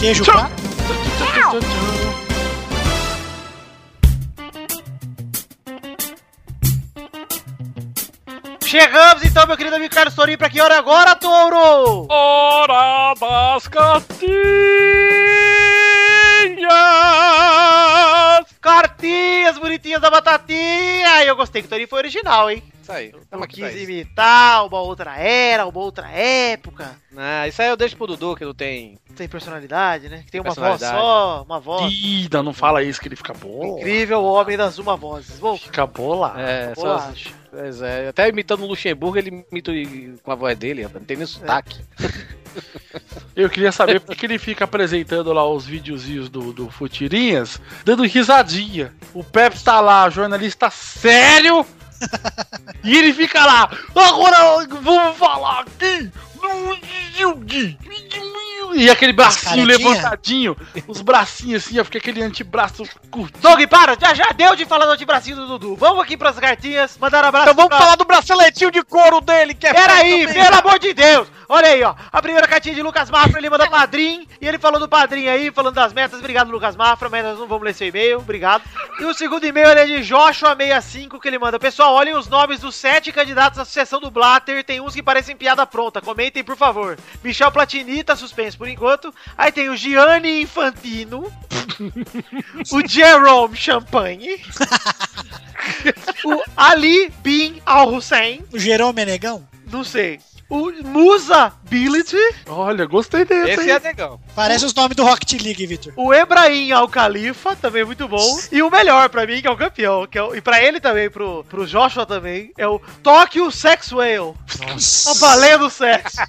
Speaker 4: Queijo pra...
Speaker 7: Chegamos então, meu querido amigo Carlos Torinho, pra que hora agora, touro?
Speaker 3: Oh. Hora das cartinhas!
Speaker 7: Cartinhas bonitinhas da batatinha! Eu gostei que o Torinho foi original, hein?
Speaker 3: Isso aí.
Speaker 7: Não
Speaker 3: Tamo aqui pra
Speaker 7: quis
Speaker 3: isso.
Speaker 7: imitar uma outra era, uma outra época.
Speaker 3: Ah, isso aí eu deixo pro Dudu, que não tem...
Speaker 7: Tem personalidade, né? Que tem uma voz
Speaker 3: Personalidade.
Speaker 7: só, uma voz.
Speaker 5: Ida, não fala isso que ele fica bom.
Speaker 7: Incrível homem das uma vozes. Bom,
Speaker 5: Fica bola.
Speaker 3: É, só...
Speaker 7: olá.
Speaker 3: Pois é, até imitando o Luxemburgo, ele imita o- com a voz dele, rapaz. Não tem nem sotaque.
Speaker 5: Eu queria *laughs* saber por que ele fica apresentando lá os videozinhos do, do Futirinhas, dando risadinha. O Pepe tá lá, jornalista *laughs* sério, e ele fica lá. Agora vamos falar aqui do Gui. E aquele
Speaker 4: Carequinha?
Speaker 5: bracinho levantadinho, os bracinhos assim, ó, fica aquele antebraço curto.
Speaker 7: Dog, para! Já, já deu de falar do antebracinho do Dudu. Vamos aqui pras cartinhas, mandar um abraço
Speaker 3: Então vamos
Speaker 7: pra-
Speaker 3: falar do braceletinho de couro dele, que é
Speaker 7: Peraí, pelo amor de Deus! Olha aí, ó. A primeira cartinha de Lucas Mafra, ele mandou padrinho. E ele falou do padrinho aí, falando das metas. Obrigado, Lucas Mafra, mas nós não vamos ler seu e-mail. Obrigado. E o segundo e-mail ele é de Joshua65, que ele manda. Pessoal, olhem os nomes dos sete candidatos à sucessão do Blatter. Tem uns que parecem piada pronta. Comentem, por favor. Michel Platini tá suspenso por enquanto. Aí tem o Gianni Infantino. o Jerome Champagne. o Ali Bin Al-Hussein.
Speaker 4: O Jerome Menegão?
Speaker 7: Não sei. O Musa Billet,
Speaker 5: Olha, gostei desse,
Speaker 3: Esse
Speaker 5: hein?
Speaker 3: é legal.
Speaker 4: Parece os nomes do Rocket League, Vitor.
Speaker 7: o Ebrahim Al Khalifa,
Speaker 5: é
Speaker 7: também muito bom. E o melhor pra mim, que é o campeão. Que é o- e pra ele também, pro, pro Joshua também, é o Tokyo Sex Whale. Tá
Speaker 4: Nossa.
Speaker 7: valendo o sexo. *laughs*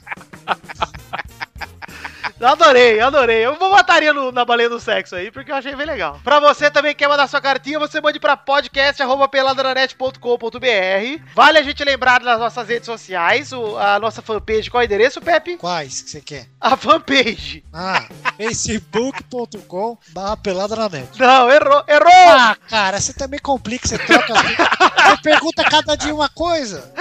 Speaker 7: Adorei, adorei. Eu vou botaria no- na baleia do sexo aí, porque eu achei bem legal. Pra você também que é quer mandar sua cartinha, você mande pra podcast.peladranet.com.br. Vale a gente lembrar das nossas redes sociais, o- a nossa fanpage, qual é o endereço, Pepe?
Speaker 4: Quais que você quer?
Speaker 7: A fanpage.
Speaker 4: Ah, *laughs* facebook.com barra pelada na net.
Speaker 7: Não, errou, errou!
Speaker 4: Ah, cara, você também complica, você troca. Você pergunta cada dia uma coisa.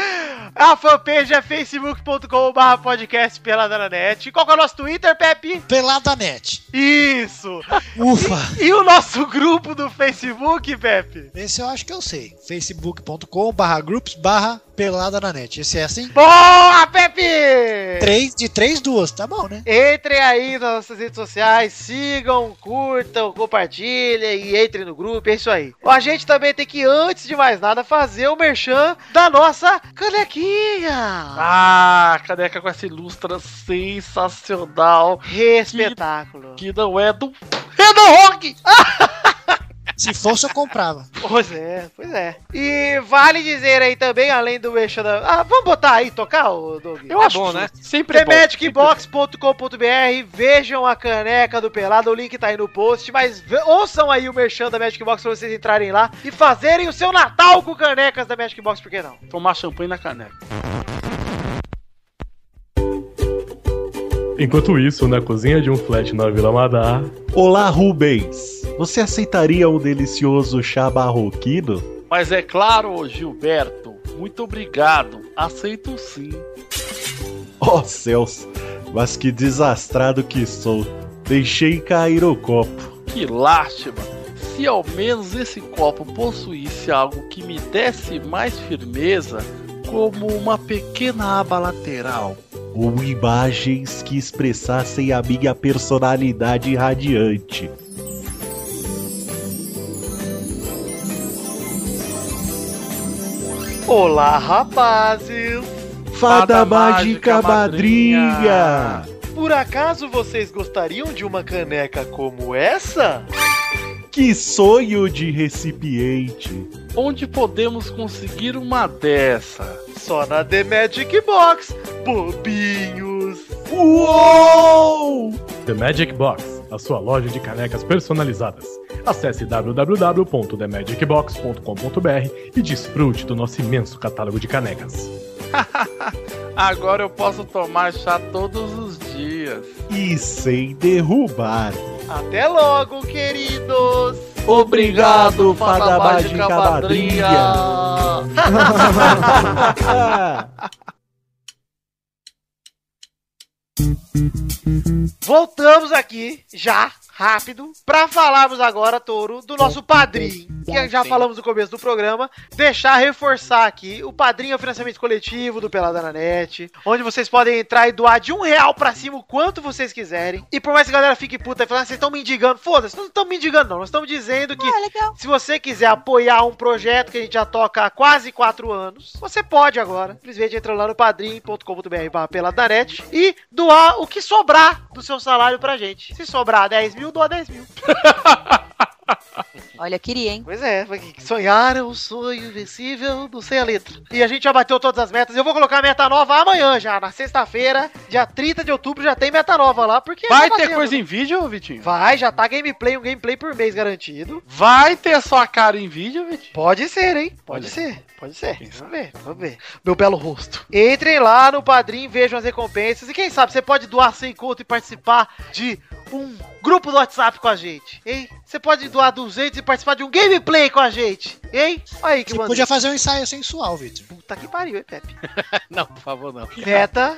Speaker 7: A fanpage é facebook.com.br podcast peladananet. Qual que é o nosso Twitter, Pepe?
Speaker 4: Pelada net.
Speaker 7: Isso!
Speaker 4: Ufa!
Speaker 7: E o nosso grupo do Facebook, Pepe?
Speaker 4: Esse eu acho que eu sei. facebook.com barra groups barra pego lá da Nanete. Esse é assim?
Speaker 7: Boa, Pepe!
Speaker 4: Três, de três, duas. Tá bom, né?
Speaker 7: Entrem aí nas nossas redes sociais, sigam, curtam, compartilhem e entrem no grupo, é isso aí. A gente também tem que, antes de mais nada, fazer o merchan da nossa canequinha.
Speaker 5: Ah, caneca com essa ilustra sensacional.
Speaker 7: Respetáculo.
Speaker 5: Que não é do. É do rock!
Speaker 4: Se fosse, eu comprava.
Speaker 7: Pois é, pois é. E vale dizer aí também, além do merchan da... Ah, vamos botar aí, tocar, ô, Doug?
Speaker 5: Eu acho
Speaker 3: bom,
Speaker 5: justo.
Speaker 3: né?
Speaker 5: Sempre é bom.
Speaker 7: TheMagicBox.com.br, vejam a caneca do Pelado, o link tá aí no post, mas ve- ouçam aí o merchan da Magic Box pra vocês entrarem lá e fazerem o seu Natal com canecas da Magic Box, por que não?
Speaker 5: Tomar champanhe na caneca.
Speaker 10: Enquanto isso, na cozinha de um flat na Vila Madar. Olá, Rubens! Você aceitaria um delicioso chá barroquino?
Speaker 5: Mas é claro, Gilberto, muito obrigado. Aceito sim.
Speaker 10: Oh céus, mas que desastrado que sou! Deixei cair o copo.
Speaker 5: Que lástima! Se ao menos esse copo possuísse algo que me desse mais firmeza, como uma pequena aba lateral.
Speaker 10: Ou imagens que expressassem a minha personalidade radiante.
Speaker 7: Olá, rapazes!
Speaker 10: Fada,
Speaker 5: Fada
Speaker 10: Mágica,
Speaker 5: Mágica
Speaker 10: madrinha.
Speaker 5: Madrinha.
Speaker 7: Por acaso vocês gostariam de uma caneca como essa?
Speaker 10: Que sonho de recipiente!
Speaker 5: Onde podemos conseguir uma dessa?
Speaker 7: Só na The Magic Box, bobinhos!
Speaker 10: Uou!
Speaker 11: The Magic Box, a sua loja de canecas personalizadas. Acesse www.themagicbox.com.br e desfrute do nosso imenso catálogo de canecas.
Speaker 5: Agora eu posso tomar chá todos os dias.
Speaker 10: E sem derrubar. *laughs*
Speaker 7: Até logo, queridos!
Speaker 10: Obrigado, Fada
Speaker 5: Mágica
Speaker 10: Mágica Madrinha!
Speaker 7: Voltamos aqui, já, rápido, pra falarmos agora, Toro, do nosso padrinho, que é, já falamos no começo do programa. Deixar reforçar aqui, o padrinho é o financiamento coletivo do Pelada na Net, onde vocês podem entrar e doar de um real pra cima o quanto vocês quiserem. E por mais que a galera fique puta e falando, ah, vocês estão mendigando, foda-se, não estão mendigando não, nós estamos dizendo que
Speaker 6: Ah, legal.
Speaker 7: se você quiser apoiar um projeto que a gente já toca há quase quatro anos, você pode agora. Simplesmente entra lá no padrim.com.br barra peladanet e doar o que sobrar do seu salário pra gente. Se sobrar 10 mil, doa 10 mil.
Speaker 6: Olha, queria, hein?
Speaker 7: Pois é, foi que sonharam o sonho invencível, não sei a letra. E a gente já bateu todas as metas. Eu vou colocar a meta nova amanhã já, na sexta-feira, dia 30 de outubro, já tem meta nova lá, porque...
Speaker 5: Vai
Speaker 7: já
Speaker 5: ter
Speaker 7: bateu.
Speaker 5: coisa em vídeo, Vitinho?
Speaker 7: Vai, já tá gameplay, um gameplay por mês garantido.
Speaker 5: Vai ter sua cara em vídeo,
Speaker 3: *laughs*
Speaker 5: Vitinho?
Speaker 7: Pode ser, hein? Pode
Speaker 5: Olha.
Speaker 7: ser, pode ser.
Speaker 5: Quem
Speaker 7: Vamos ver, vamos ver. Meu belo rosto. Entrem lá no Padrim, vejam as recompensas. E quem sabe, você pode doar sem conto e participar de um grupo do WhatsApp com a gente, hein? Você pode doar 200 e participar de um gameplay com a gente, hein? Olha aí que
Speaker 4: Você
Speaker 7: mano.
Speaker 4: podia fazer um ensaio sensual, Vitor.
Speaker 7: Puta que pariu, hein, Pepe?
Speaker 5: Não, por favor, não.
Speaker 7: Meta.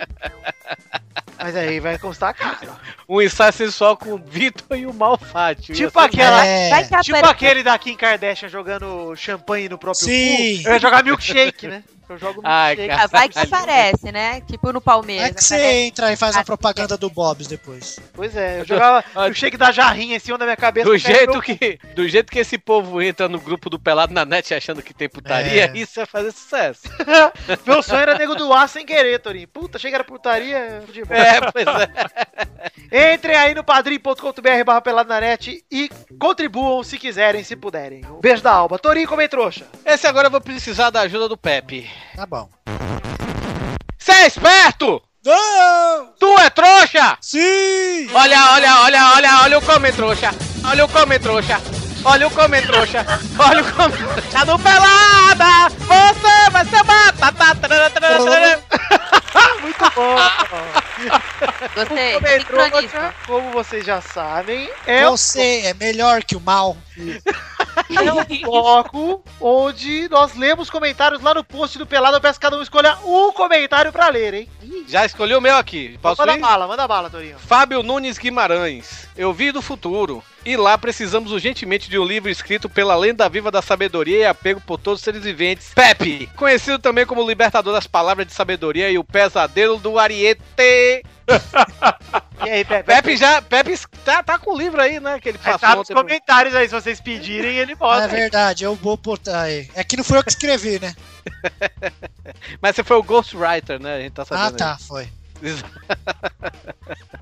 Speaker 7: Mas aí vai custar caro.
Speaker 3: Um ensaio sensual com o Vitor e o Malfátio.
Speaker 7: Tipo aquela.
Speaker 4: É,
Speaker 6: Vai que a
Speaker 7: Tipo aquele da Kim Kardashian jogando champanhe no próprio
Speaker 4: Sim.
Speaker 7: cu. Eu ia jogar milkshake, né? Eu jogo
Speaker 3: Ai,
Speaker 7: milkshake.
Speaker 3: cara.
Speaker 6: Ah,
Speaker 7: *laughs*
Speaker 6: Vai que aparece, né? Tipo no Palmeiras.
Speaker 4: vai que você entra e faz uma
Speaker 6: Ah,
Speaker 4: propaganda do Bob's depois.
Speaker 7: Pois é, *laughs* eu jogava o shake da jarrinha em cima da minha cabeça.
Speaker 3: Do
Speaker 7: eu pego
Speaker 3: jeito,
Speaker 7: meu-
Speaker 3: que, do jeito que esse povo entra no grupo do Pelado na net achando que tem putaria,
Speaker 4: É.
Speaker 3: isso vai fazer sucesso. *laughs*
Speaker 7: Meu sonho era nego do ar sem querer, Torinho. Puta, achei que era putaria. futebol.
Speaker 3: É, pois é.
Speaker 7: Entrem aí no padrim.com.br barra pelado na net e contribuam se quiserem, se puderem. Um beijo da alba. Torinho, como é trouxa?
Speaker 3: Esse agora eu vou precisar da ajuda do Pepe.
Speaker 4: Tá bom.
Speaker 3: Cê é esperto!
Speaker 4: Não!
Speaker 3: Tu é trouxa!
Speaker 4: Sim!
Speaker 3: Olha, olha, olha, olha, olha o come, trouxa! Olha o come, trouxa! Olha o come, trouxa! Olha o come, trouxa do Pelada! Você vai ser batata! tarará, tarará, tarará.
Speaker 7: Ah, *laughs*
Speaker 6: Gostei.
Speaker 7: Como é
Speaker 6: Sincronismo.
Speaker 7: trouxa, como vocês já sabem, é o
Speaker 4: Você é melhor que o mal.
Speaker 7: é um bloco onde nós lemos comentários lá no post do Pelado. Eu peço que cada um escolha um comentário pra ler, hein? Então
Speaker 3: Já escolhi o meu aqui. Posso
Speaker 7: manda
Speaker 3: ir?
Speaker 7: bala, manda bala, Torinho.
Speaker 3: Fábio Nunes Guimarães. Eu vi do futuro. E lá precisamos urgentemente de um livro escrito pela lenda viva da sabedoria e apego por todos os seres viventes. Pepe, conhecido também como o libertador das palavras de sabedoria e o pesadelo do Ariete.
Speaker 7: E aí, Pepe?
Speaker 3: Pepe já, Pepe tá, tá com o livro aí, né? Que ele
Speaker 7: Aí
Speaker 3: passou
Speaker 7: tá nos
Speaker 3: ontem pro-
Speaker 7: comentários aí, se vocês pedirem, ele
Speaker 4: É
Speaker 7: mostra.
Speaker 4: verdade, eu vou botar aí. É que não fui eu que escrevi, né?
Speaker 3: Mas você foi o Ghostwriter, né? A gente tá
Speaker 4: Ah,
Speaker 3: sabendo.
Speaker 4: tá,
Speaker 3: aí.
Speaker 4: foi.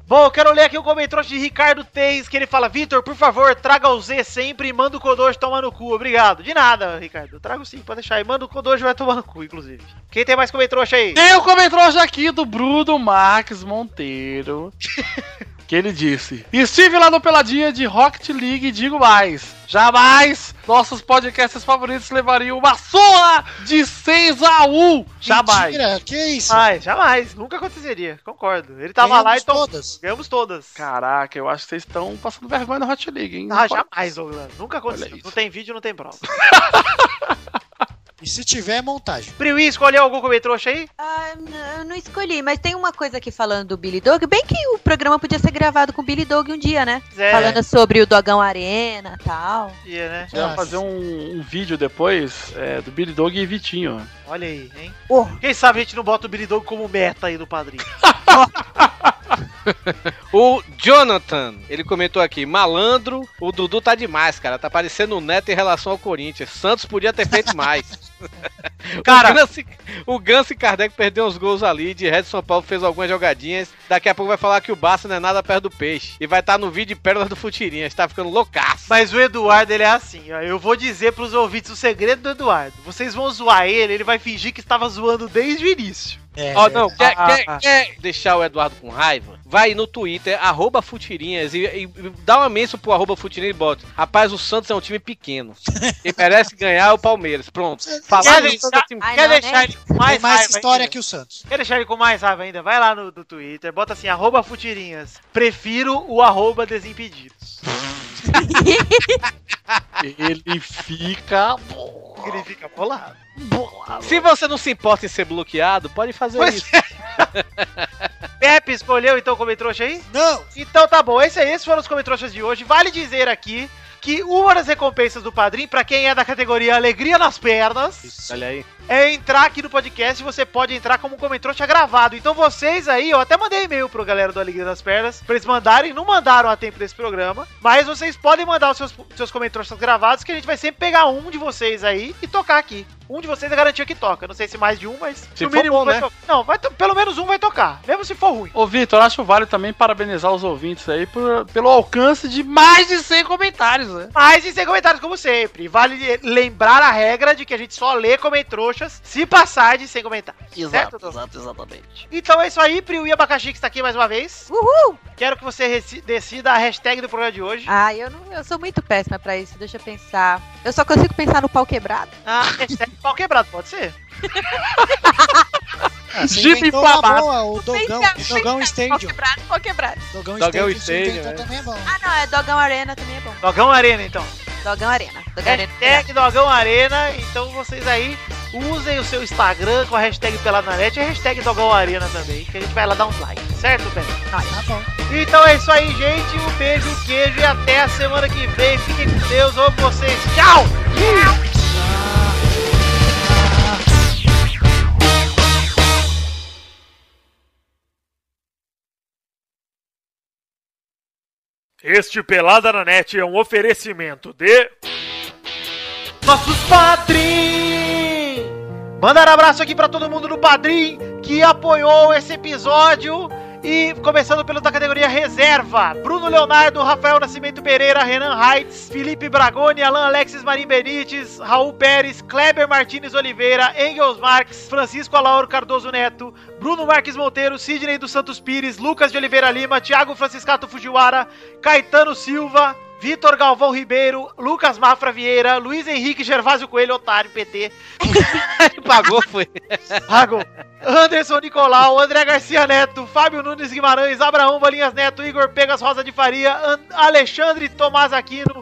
Speaker 7: Bom, eu quero ler aqui o comentário de Ricardo Teis, que ele fala: Vitor, por favor, traga o Z sempre e manda o Kodoji tomar no cu. Obrigado. De nada, Ricardo. Eu trago sim, pode deixar aí. Manda o Kodoji vai tomar no cu, inclusive. Quem tem mais comentrouxa aí?
Speaker 5: Tem o comentário aqui do Bruno
Speaker 3: *laughs*
Speaker 5: Marques Monteiro. que ele disse: Estive lá no Peladinha de Rocket League e digo mais. Jamais nossos podcasts favoritos levariam uma surra de 6 a 1 Jamais.
Speaker 4: Mentira, que isso?
Speaker 7: Jamais, jamais. Nunca aconteceria. Concordo. Ele tava
Speaker 4: Ganhamos
Speaker 7: lá, então.
Speaker 4: todas.
Speaker 7: Ganhamos todas.
Speaker 5: Caraca, eu acho que vocês estão passando vergonha na Hot League, hein?
Speaker 7: Ah,
Speaker 5: Pode-
Speaker 7: jamais, Douglas. Nunca aconteceu.
Speaker 5: Olha isso.
Speaker 7: Não tem vídeo, não tem prova.
Speaker 4: E se tiver, é montagem.
Speaker 7: Priui, escolheu algum comentrouxa aí?
Speaker 6: Ah, n- eu não escolhi, mas tem uma coisa aqui falando do Billy Dog. Bem que o programa podia ser gravado com o Billy Dog um dia, né?
Speaker 7: É.
Speaker 6: Falando sobre o Dogão Arena e tal.
Speaker 7: Ia, né?
Speaker 5: Eu ia
Speaker 4: Ah,
Speaker 5: fazer um, um vídeo depois é, do Billy Dog e Vitinho.
Speaker 7: Olha aí, hein?
Speaker 4: Pô.
Speaker 7: Quem sabe a gente não bota o Billy Dog como meta aí do padrinho.
Speaker 3: O Jonathan, ele comentou aqui: malandro, o Dudu tá demais, cara. Tá parecendo o Neto em relação ao Corinthians. Santos podia ter feito mais.
Speaker 7: Cara-
Speaker 3: o Ganso, o Ganso e Kardec perdeu uns gols ali. De resto, São Paulo fez algumas jogadinhas. Daqui a pouco vai falar que o Barça não é nada perto do peixe. E vai estar no vídeo de Pérolas do Futirinhas. Tá ficando loucaço.
Speaker 7: Mas o Eduardo, ele é assim, ó. Eu vou dizer pros ouvintes o segredo do Eduardo. Vocês vão zoar ele, ele vai fingir que estava zoando desde o início.
Speaker 4: É,
Speaker 3: Ó, não, quer,
Speaker 7: Ah,
Speaker 3: quer-
Speaker 7: ah.
Speaker 3: quer deixar o Eduardo com raiva? Vai no Twitter, arroba Futirinhas, e, e dá uma menção pro arroba Futirinhas e bota. Rapaz, o Santos é um time
Speaker 7: *laughs*
Speaker 3: pequeno. E merece ganhar o Palmeiras. Pronto. Falar
Speaker 7: Quer
Speaker 3: de
Speaker 7: deixar-
Speaker 3: Santos é time
Speaker 6: Ai,
Speaker 7: Quer
Speaker 6: não,
Speaker 7: deixar
Speaker 6: né?
Speaker 7: ele com mais,
Speaker 4: Tem mais
Speaker 7: raiva
Speaker 4: história
Speaker 7: ainda?
Speaker 4: que o Santos.
Speaker 7: Quer deixar ele com mais raiva ainda? Vai lá no, no Twitter, bota assim, arroba futirinhas. Prefiro o arroba desimpedidos.
Speaker 6: *laughs*
Speaker 5: Ele fica.
Speaker 7: Ele fica bolado.
Speaker 3: Se você não se importa em ser bloqueado, pode fazer
Speaker 4: É
Speaker 7: Pois
Speaker 3: isso.
Speaker 7: *laughs* Pepe escolheu então o comentrouxa aí?
Speaker 4: Não!
Speaker 7: Então tá bom, esse, esses foram os comentrouxas de hoje. Vale dizer aqui que uma das recompensas do padrinho, pra quem é da categoria Alegria nas Pernas,
Speaker 3: Olha aí.
Speaker 7: é entrar aqui no podcast. Você pode entrar como comentrouxa gravado. Então vocês aí, eu até mandei e-mail pro galera do Alegria das Pernas pra eles mandarem. Não mandaram a tempo desse programa, mas vocês podem mandar os seus, seus comentrouxas gravados que a gente vai sempre pegar um de vocês aí e tocar aqui. Um de vocês é garantia que toca. Não sei se mais de um, mas
Speaker 3: Se for bom,
Speaker 7: vai
Speaker 3: né?
Speaker 7: tocar. Não, vai to- pelo menos um vai tocar, mesmo se for ruim.
Speaker 5: Ô, Vitor, eu acho válido também parabenizar os ouvintes aí por- pelo alcance de mais de 100 comentários, né?
Speaker 7: Mas e sem comentários, como sempre. Vale lembrar a regra de que a gente só lê comentrouxas se passar de sem comentários. Certo, Dom?
Speaker 5: exato, exatamente.
Speaker 7: Então é isso aí, Priu e Abacaxi que está aqui mais uma vez.
Speaker 6: Uhul!
Speaker 7: Quero que você reci- decida a hashtag do programa de hoje.
Speaker 6: Ah, eu, não, eu sou muito péssima pra isso, deixa eu pensar. Eu só consigo pensar no pau quebrado.
Speaker 7: A hashtag pau quebrado, pode ser?
Speaker 4: Ah, você
Speaker 5: Jipe
Speaker 4: inventou uma
Speaker 5: babado.
Speaker 4: boa, o Dogão,
Speaker 6: Pensar,
Speaker 4: Dogão
Speaker 6: pensar,
Speaker 4: Stadium.
Speaker 6: Pau quebrado, pau quebrado.
Speaker 4: Dogão,
Speaker 3: Dogão
Speaker 4: Stadium, você
Speaker 3: Stadium,
Speaker 4: inventou
Speaker 3: é.
Speaker 4: também é bom.
Speaker 6: Ah, não, é Dogão Arena também é bom.
Speaker 7: Dogão Arena, então.
Speaker 6: Dogão Arena. Dogão Arena.
Speaker 7: É
Speaker 6: é
Speaker 7: Hashtag Dogão Arena. Então vocês aí usem o seu Instagram com a hashtag Peladonete e a hashtag Dogão Arena também, que a gente vai lá dar uns likes, certo, Pedro?
Speaker 4: Tá bom.
Speaker 7: Então é isso aí, gente. Um beijo, um queijo e até a semana que vem. Fiquem com Deus, amo vocês. Tchau! Este Pelada na Net é um oferecimento de. Nossos Padrim! Mandar um abraço aqui pra todo mundo do Padrim que apoiou esse episódio. E começando pelo da categoria reserva: Bruno Leonardo, Rafael Nascimento Pereira, Renan Heitz, Felipe Bragoni, Alan Alexis Marim Benites, Raul Pérez, Kleber Martins Oliveira, Engels Marques, Francisco Alauro Cardoso Neto, Bruno Marques Monteiro, Sidney dos Santos Pires, Lucas de Oliveira Lima, Thiago Franciscato Fujiwara, Caetano Silva, Vitor Galvão Ribeiro, Lucas Mafra Vieira, Luiz Henrique Gervásio Coelho, otário, PT.
Speaker 3: Pagou,
Speaker 7: *laughs*
Speaker 3: foi.
Speaker 7: Pagou. Anderson Nicolau, André Garcia Neto, Fábio Nunes Guimarães, Abraão Bolinhas Neto, Igor Pegas Rosa de Faria, An- Alexandre Tomás Aquino,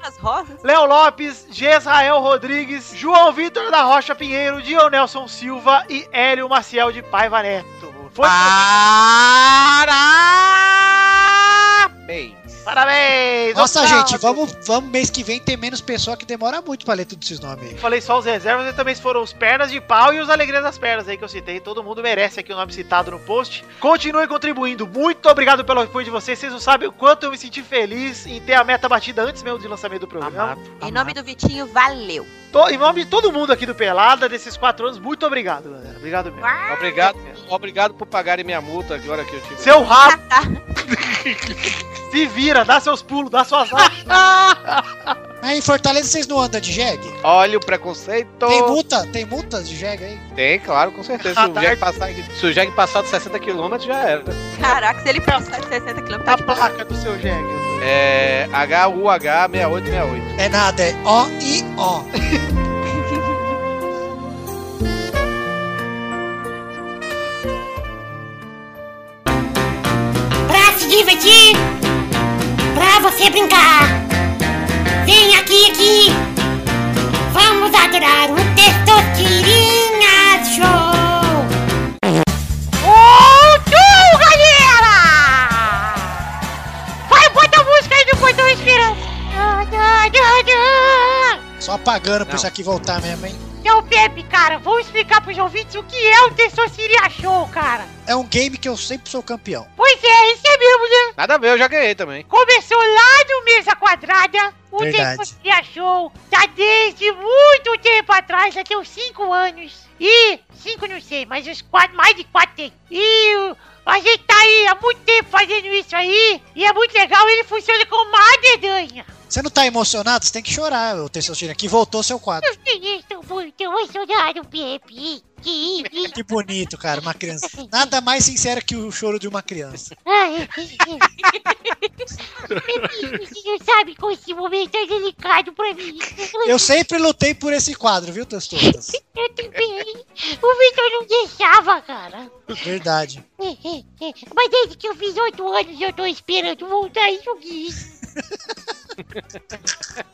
Speaker 7: Léo Lopes, Gesrael Rodrigues, João Vitor da Rocha Pinheiro, Dionelson Silva e Hélio Maciel de Paiva Neto. Foi-
Speaker 3: Ah.
Speaker 7: assim
Speaker 3: Parabéns!
Speaker 7: Parabéns!
Speaker 4: Nossa,
Speaker 7: Otávio.
Speaker 4: gente, vamos, vamos mês que vem tem menos pessoa que demora muito pra ler todos esses nomes aí.
Speaker 7: Falei só os reservas e também foram os pernas de pau e os alegrias das pernas aí que eu citei. Todo mundo merece aqui o nome citado no post. Continue contribuindo. Muito obrigado pelo apoio de vocês. Vocês não sabem o quanto eu me senti feliz
Speaker 5: Ah,
Speaker 7: em ter a meta batida antes mesmo de lançamento do programa.
Speaker 6: Em nome do Vitinho, valeu.
Speaker 7: To- em nome de todo mundo aqui do Pelada, desses quatro anos, muito obrigado, galera. Obrigado mesmo.
Speaker 3: Obrigado, obrigado por pagarem minha multa agora que eu tive.
Speaker 7: Seu rabo!
Speaker 6: Tá,
Speaker 7: Se vira, dá seus pulos, dá suas armas.
Speaker 4: Aí, em Fortaleza, vocês não andam de jegue?
Speaker 3: Olha o preconceito.
Speaker 4: Tem multa? Tem multa de jegue aí?
Speaker 3: Tem, claro, com certeza. Se o Jag passar, se o Jag passar de 60 km, já era.
Speaker 6: Caraca, se ele passar de 60 km, tá de
Speaker 7: placa. do seu jegue.
Speaker 3: É. HUH6868.
Speaker 4: É nada, é ó e ó.
Speaker 8: Pra se divertir, pra você brincar. Vem aqui, aqui. Vamos adorar um o Testosterinha Show. Oh, tu, galera! Vai, bota a música aí do Portão Esperança. Ah, ah, ah, ah.
Speaker 4: Só pagando pra isso aqui voltar mesmo, hein?
Speaker 8: Então, Pepe, cara, vamos explicar pros ouvintes o que é o Testosterinha Show, cara.
Speaker 4: É um game que eu sempre sou campeão.
Speaker 8: Pois é, isso é mesmo, né?
Speaker 3: Nada a ver, eu já ganhei também.
Speaker 8: Começou lá do Mesa Quadrada, o
Speaker 4: Verdade.
Speaker 8: tempo que achou, tá desde muito tempo atrás, já tem uns 5 anos. E, 5 não sei, mas uns quatro, mais de 4 tem. E uh, a gente tá aí há muito tempo fazendo isso aí, e é muito legal, ele funciona como uma dedanha.
Speaker 4: Você não tá emocionado? Você tem que chorar, o Testosterinha, que voltou seu quadro.
Speaker 8: Os meninos estão muito emocionados, Pepe. Que isso?
Speaker 4: Que bonito, cara, uma criança. Nada mais sincero que o choro de uma criança.
Speaker 8: Ai, Pepe, *laughs* você não sabe como esse momento é delicado pra mim.
Speaker 4: Eu sempre lutei por esse quadro, viu, Testotas?
Speaker 8: Eu também. O Vitor não deixava, cara. *laughs*
Speaker 4: Verdade.
Speaker 8: Mas desde que eu fiz oito anos, eu tô esperando voltar isso aqui.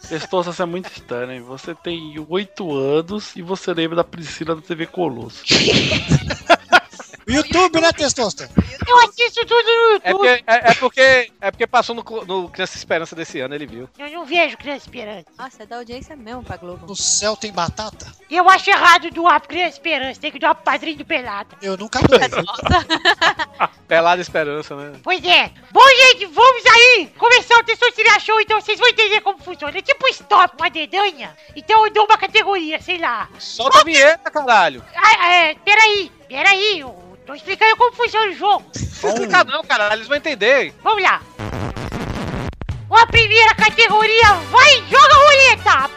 Speaker 5: Testosta, você é muito estranho. Você tem oito anos e você lembra da Priscila da TV Colosso.
Speaker 4: YouTube, né, Testosta?
Speaker 8: Eu assisto tudo no
Speaker 3: É
Speaker 8: YouTube.
Speaker 3: porque, é, é porque, é porque passou no, cl- no Criança Esperança desse ano, ele viu.
Speaker 8: Eu não vejo Criança Esperança.
Speaker 6: Nossa, é da audiência mesmo pra Globo.
Speaker 4: No céu tem batata?
Speaker 8: Eu acho errado doar pro Criança Esperança. Tem que doar pro padrinho do Pelada.
Speaker 4: Eu nunca doei.
Speaker 3: Pelada Esperança, né?
Speaker 8: Pois é. Bom, gente, vamos aí começar o Testosterinha Show. Então vocês vão entender como funciona. É tipo stop, uma dedanha. Então eu dou uma categoria, sei lá.
Speaker 3: Solta a vinheta, caralho!
Speaker 8: Ah, é, peraí, peraí. Eu tô explicando como funciona o jogo.
Speaker 3: Não explica não, caralho, eles vão entender.
Speaker 8: Vamos lá. A primeira categoria vai joga a roleta.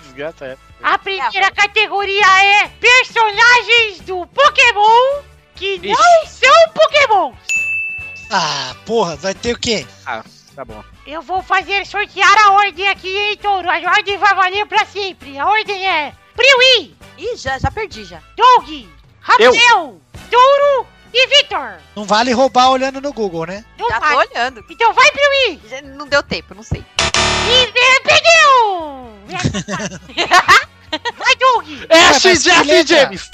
Speaker 5: Desgata é.
Speaker 8: A primeira categoria é personagens do Pokémon que não são Pokémon.
Speaker 4: Ah, porra, vai ter o quê?
Speaker 3: Ah, tá bom.
Speaker 8: Eu vou fazer sortear a ordem aqui, hein, Touro? A ordem vai valer pra sempre. A ordem é Priwi,
Speaker 6: Ih, já, já perdi já.
Speaker 8: Doug, Rafael, Touro e Vitor.
Speaker 4: Não vale roubar olhando no Google, né?
Speaker 8: Não
Speaker 6: Já
Speaker 8: vai.
Speaker 6: tô olhando.
Speaker 8: Então vai, Priwi.
Speaker 6: Já Não deu tempo, não sei.
Speaker 8: E me pediu! Vai, Doug!
Speaker 5: S. Jeff
Speaker 4: letra?
Speaker 5: James!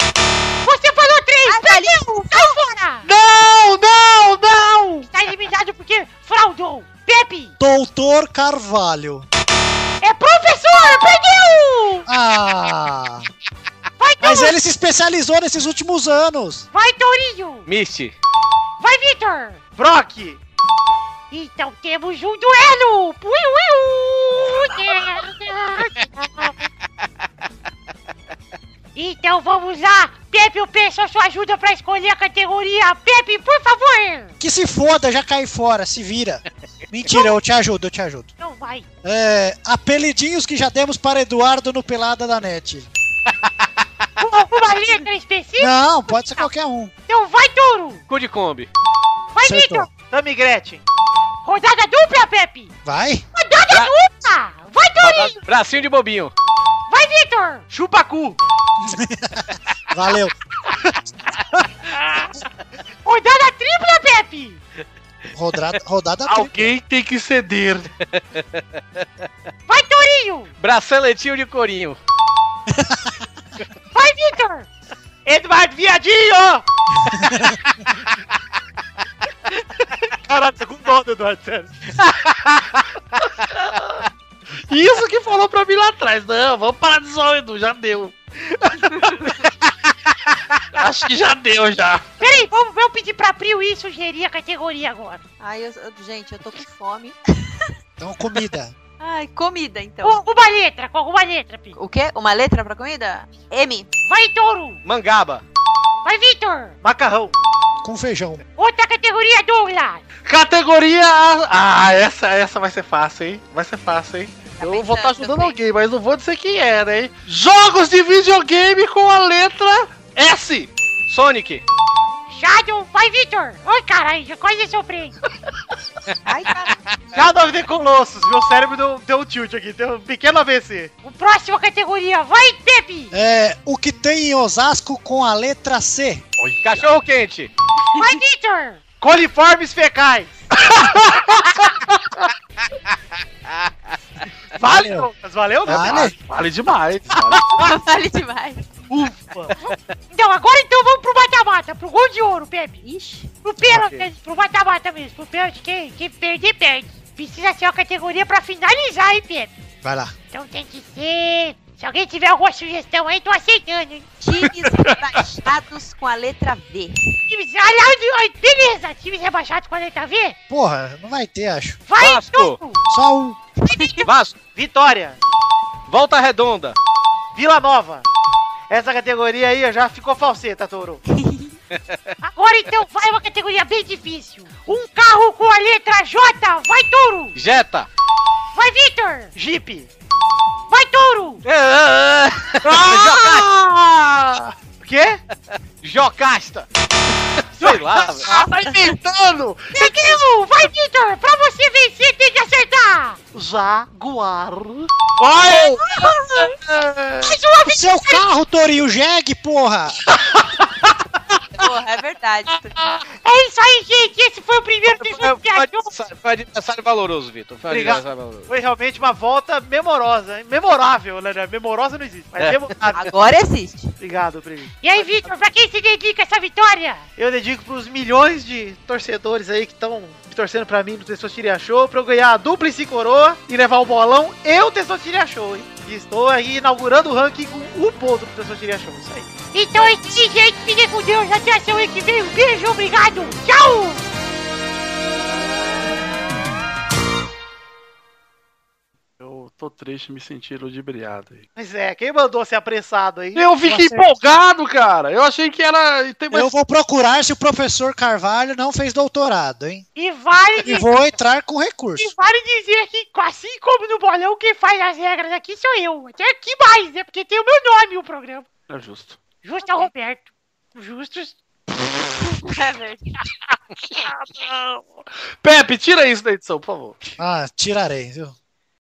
Speaker 8: Você falou três!
Speaker 6: Ah, tá
Speaker 8: perdeu! Sai fora!
Speaker 5: Não, não, não!
Speaker 8: Está eliminado porque fraudou! Pepe!
Speaker 4: Doutor Carvalho.
Speaker 8: É professor! Perdeu!
Speaker 4: Ah!
Speaker 8: Vai,
Speaker 4: Mas
Speaker 8: Touro!
Speaker 4: ele se especializou nesses últimos anos.
Speaker 8: Vai, Tourinho!
Speaker 3: Misty.
Speaker 8: Vai, Vitor!
Speaker 7: Brock!
Speaker 8: Então temos um duelo! Ui, ui, ui. Então vamos lá! Pepe, eu peço a sua ajuda para escolher a categoria! Pepe, por favor!
Speaker 4: Que se foda, já cai fora, se vira. Mentira, eu te ajudo, eu te ajudo.
Speaker 8: Não vai!
Speaker 4: É, apelidinhos que já demos para Eduardo no Pelada da Net.
Speaker 8: Com alguma letra específica?
Speaker 4: Não, pode ser qualquer um.
Speaker 8: Então vai, Touro!
Speaker 3: Cu de Kombi.
Speaker 8: Vai,
Speaker 4: Acertou.
Speaker 8: Vitor! Tami Gretchen. Rodada dupla, Pepe!
Speaker 4: Vai?
Speaker 8: Rodada dupla! Vai, Torinho!
Speaker 3: Bracinho de bobinho.
Speaker 8: Vai, Vitor!
Speaker 7: Chupacu!
Speaker 4: Valeu.
Speaker 8: Rodada tripla, Pepe!
Speaker 4: Rodada, rodada
Speaker 5: Alguém tem que ceder.
Speaker 8: Vai, Torinho!
Speaker 3: Braceletinho de corinho.
Speaker 8: Vai, Vitor!
Speaker 7: Eduardo Viadinho!
Speaker 5: Caralho, tá com dó do Eduardo, sério. Isso que falou pra mim lá atrás. Não, vamos parar de zoar o Edu, já deu. Acho que já deu, já.
Speaker 8: Peraí, vamos ver eu pedir pra Prio e sugerir a categoria agora.
Speaker 6: Ai, eu- eu- gente, eu tô com fome.
Speaker 4: Então, comida.
Speaker 6: Ai, comida, então.
Speaker 8: Com uma letra, com alguma letra, Pi.
Speaker 6: O quê? Uma letra pra comida? M.
Speaker 8: Vai, Touro!
Speaker 3: Mangaba.
Speaker 8: Vai, Vitor!
Speaker 7: Macarrão.
Speaker 4: Com feijão.
Speaker 8: Outra categoria, Douglas!
Speaker 5: Categoria. Ah, essa, essa vai ser fácil, hein? Vai ser fácil, hein? Eu vou estar
Speaker 6: tá pensando
Speaker 5: ajudando
Speaker 6: também.
Speaker 5: alguém, mas não vou dizer quem era, hein? Jogos de videogame com a letra S.
Speaker 3: Sonic.
Speaker 8: Shadow, vai, Vitor! Ai, caralho, quase soprei.
Speaker 6: Ai, tá. cara.
Speaker 7: Shadow of the Colossus. Meu cérebro deu, deu um tilt aqui. Deu um pequeno AVC.
Speaker 8: O próximo categoria, vai, Pepe!
Speaker 4: É, o que tem em Osasco com a letra C?
Speaker 3: Cachorro quente.
Speaker 8: Vai, Vitor!
Speaker 7: Coliformes
Speaker 5: *laughs*
Speaker 7: fecais. vale,
Speaker 4: Valeu.
Speaker 7: Lucas. Valeu, né?
Speaker 4: Vale?
Speaker 5: Vale demais.
Speaker 6: *laughs* Vale demais.
Speaker 8: Então, agora então vamos pro mata-mata, pro gol de ouro, Pepe.
Speaker 6: Ixi.
Speaker 8: Pro pênalti, pro mata-mata mesmo, pro pênalti, quem, quem perder, perde. Precisa ser uma categoria pra finalizar, hein, Pepe?
Speaker 4: Vai lá.
Speaker 8: Então tem que ser... Se alguém tiver alguma sugestão aí, tô aceitando, hein?
Speaker 6: Times rebaixados com a letra V.
Speaker 8: Times... Aliás, ai, beleza, times rebaixados com a letra V.
Speaker 4: Porra, não vai ter, acho.
Speaker 8: Vai,
Speaker 3: Vasco.
Speaker 8: Touro!
Speaker 4: Só um.
Speaker 3: Vasco.
Speaker 7: Vitória.
Speaker 3: Volta redonda.
Speaker 7: Vila Nova. Essa categoria aí ó, já ficou falseta, Touro.
Speaker 8: Agora então vai uma categoria bem difícil. Um carro com a letra J, vai, Touro!
Speaker 3: Jetta.
Speaker 8: Vai, Vitor!
Speaker 7: Jeep.
Speaker 8: Vai, Touro!
Speaker 3: *laughs*
Speaker 7: Ah! O quê?
Speaker 3: Jocasta. Sei
Speaker 7: *laughs*
Speaker 3: lá, velho.
Speaker 7: Ah, tá inventando!
Speaker 8: Seguiu! Vai, Vitor! Pra você vencer, tem que acertar!
Speaker 7: Jaguar. Vai!
Speaker 8: Mais uma vez!
Speaker 4: Seu carro, Torinho Jeg, porra!
Speaker 6: Porra, é verdade.
Speaker 8: É isso aí, gente! Esse foi o primeiro
Speaker 3: Foi,
Speaker 8: dos meus
Speaker 3: foi um
Speaker 8: viajantes!
Speaker 3: adversário- foi um adversário valoroso, Vitor. Foi um
Speaker 7: Obrigado.
Speaker 3: adversário valoroso.
Speaker 7: Foi realmente uma volta memorosa, hein? Memorável, né? Memorosa não existe, mas
Speaker 3: É.
Speaker 6: *laughs*
Speaker 7: memorável.
Speaker 6: Agora existe.
Speaker 7: Obrigado, Brito.
Speaker 8: E aí, Vitor, pra quem se dedica essa vitória?
Speaker 7: Eu dedico pros milhões de torcedores aí que estão torcendo pra mim no Testosterinha Show, pra eu ganhar a dupla e coroa e levar o bolão e o Testosterinha Show, hein? E estou aí inaugurando o ranking com um ponto do Testosterinha Show, isso aí.
Speaker 8: Então é isso, gente! Fiquem com Deus! Até a semana que vem! Um beijo, obrigado! Tchau!
Speaker 5: Eu tô triste, me senti ludibriado aí.
Speaker 7: Mas é, quem mandou ser apressado aí?
Speaker 5: Eu fiquei empolgado, cara. Eu achei que era. Tem mais...
Speaker 4: Eu vou procurar se o professor Carvalho não fez doutorado, hein?
Speaker 8: E vale,
Speaker 4: E
Speaker 8: dizer,
Speaker 4: vou entrar com
Speaker 8: e
Speaker 4: recurso.
Speaker 8: vale dizer que, assim como no bolão, quem faz as regras aqui sou eu. Até que mais, né? Porque tem o meu nome o programa.
Speaker 5: É justo.
Speaker 8: Justo é o Roberto. Justos.
Speaker 6: É verdade.
Speaker 5: Pepe, tira isso da edição, por favor.
Speaker 4: Ah, tirarei, viu?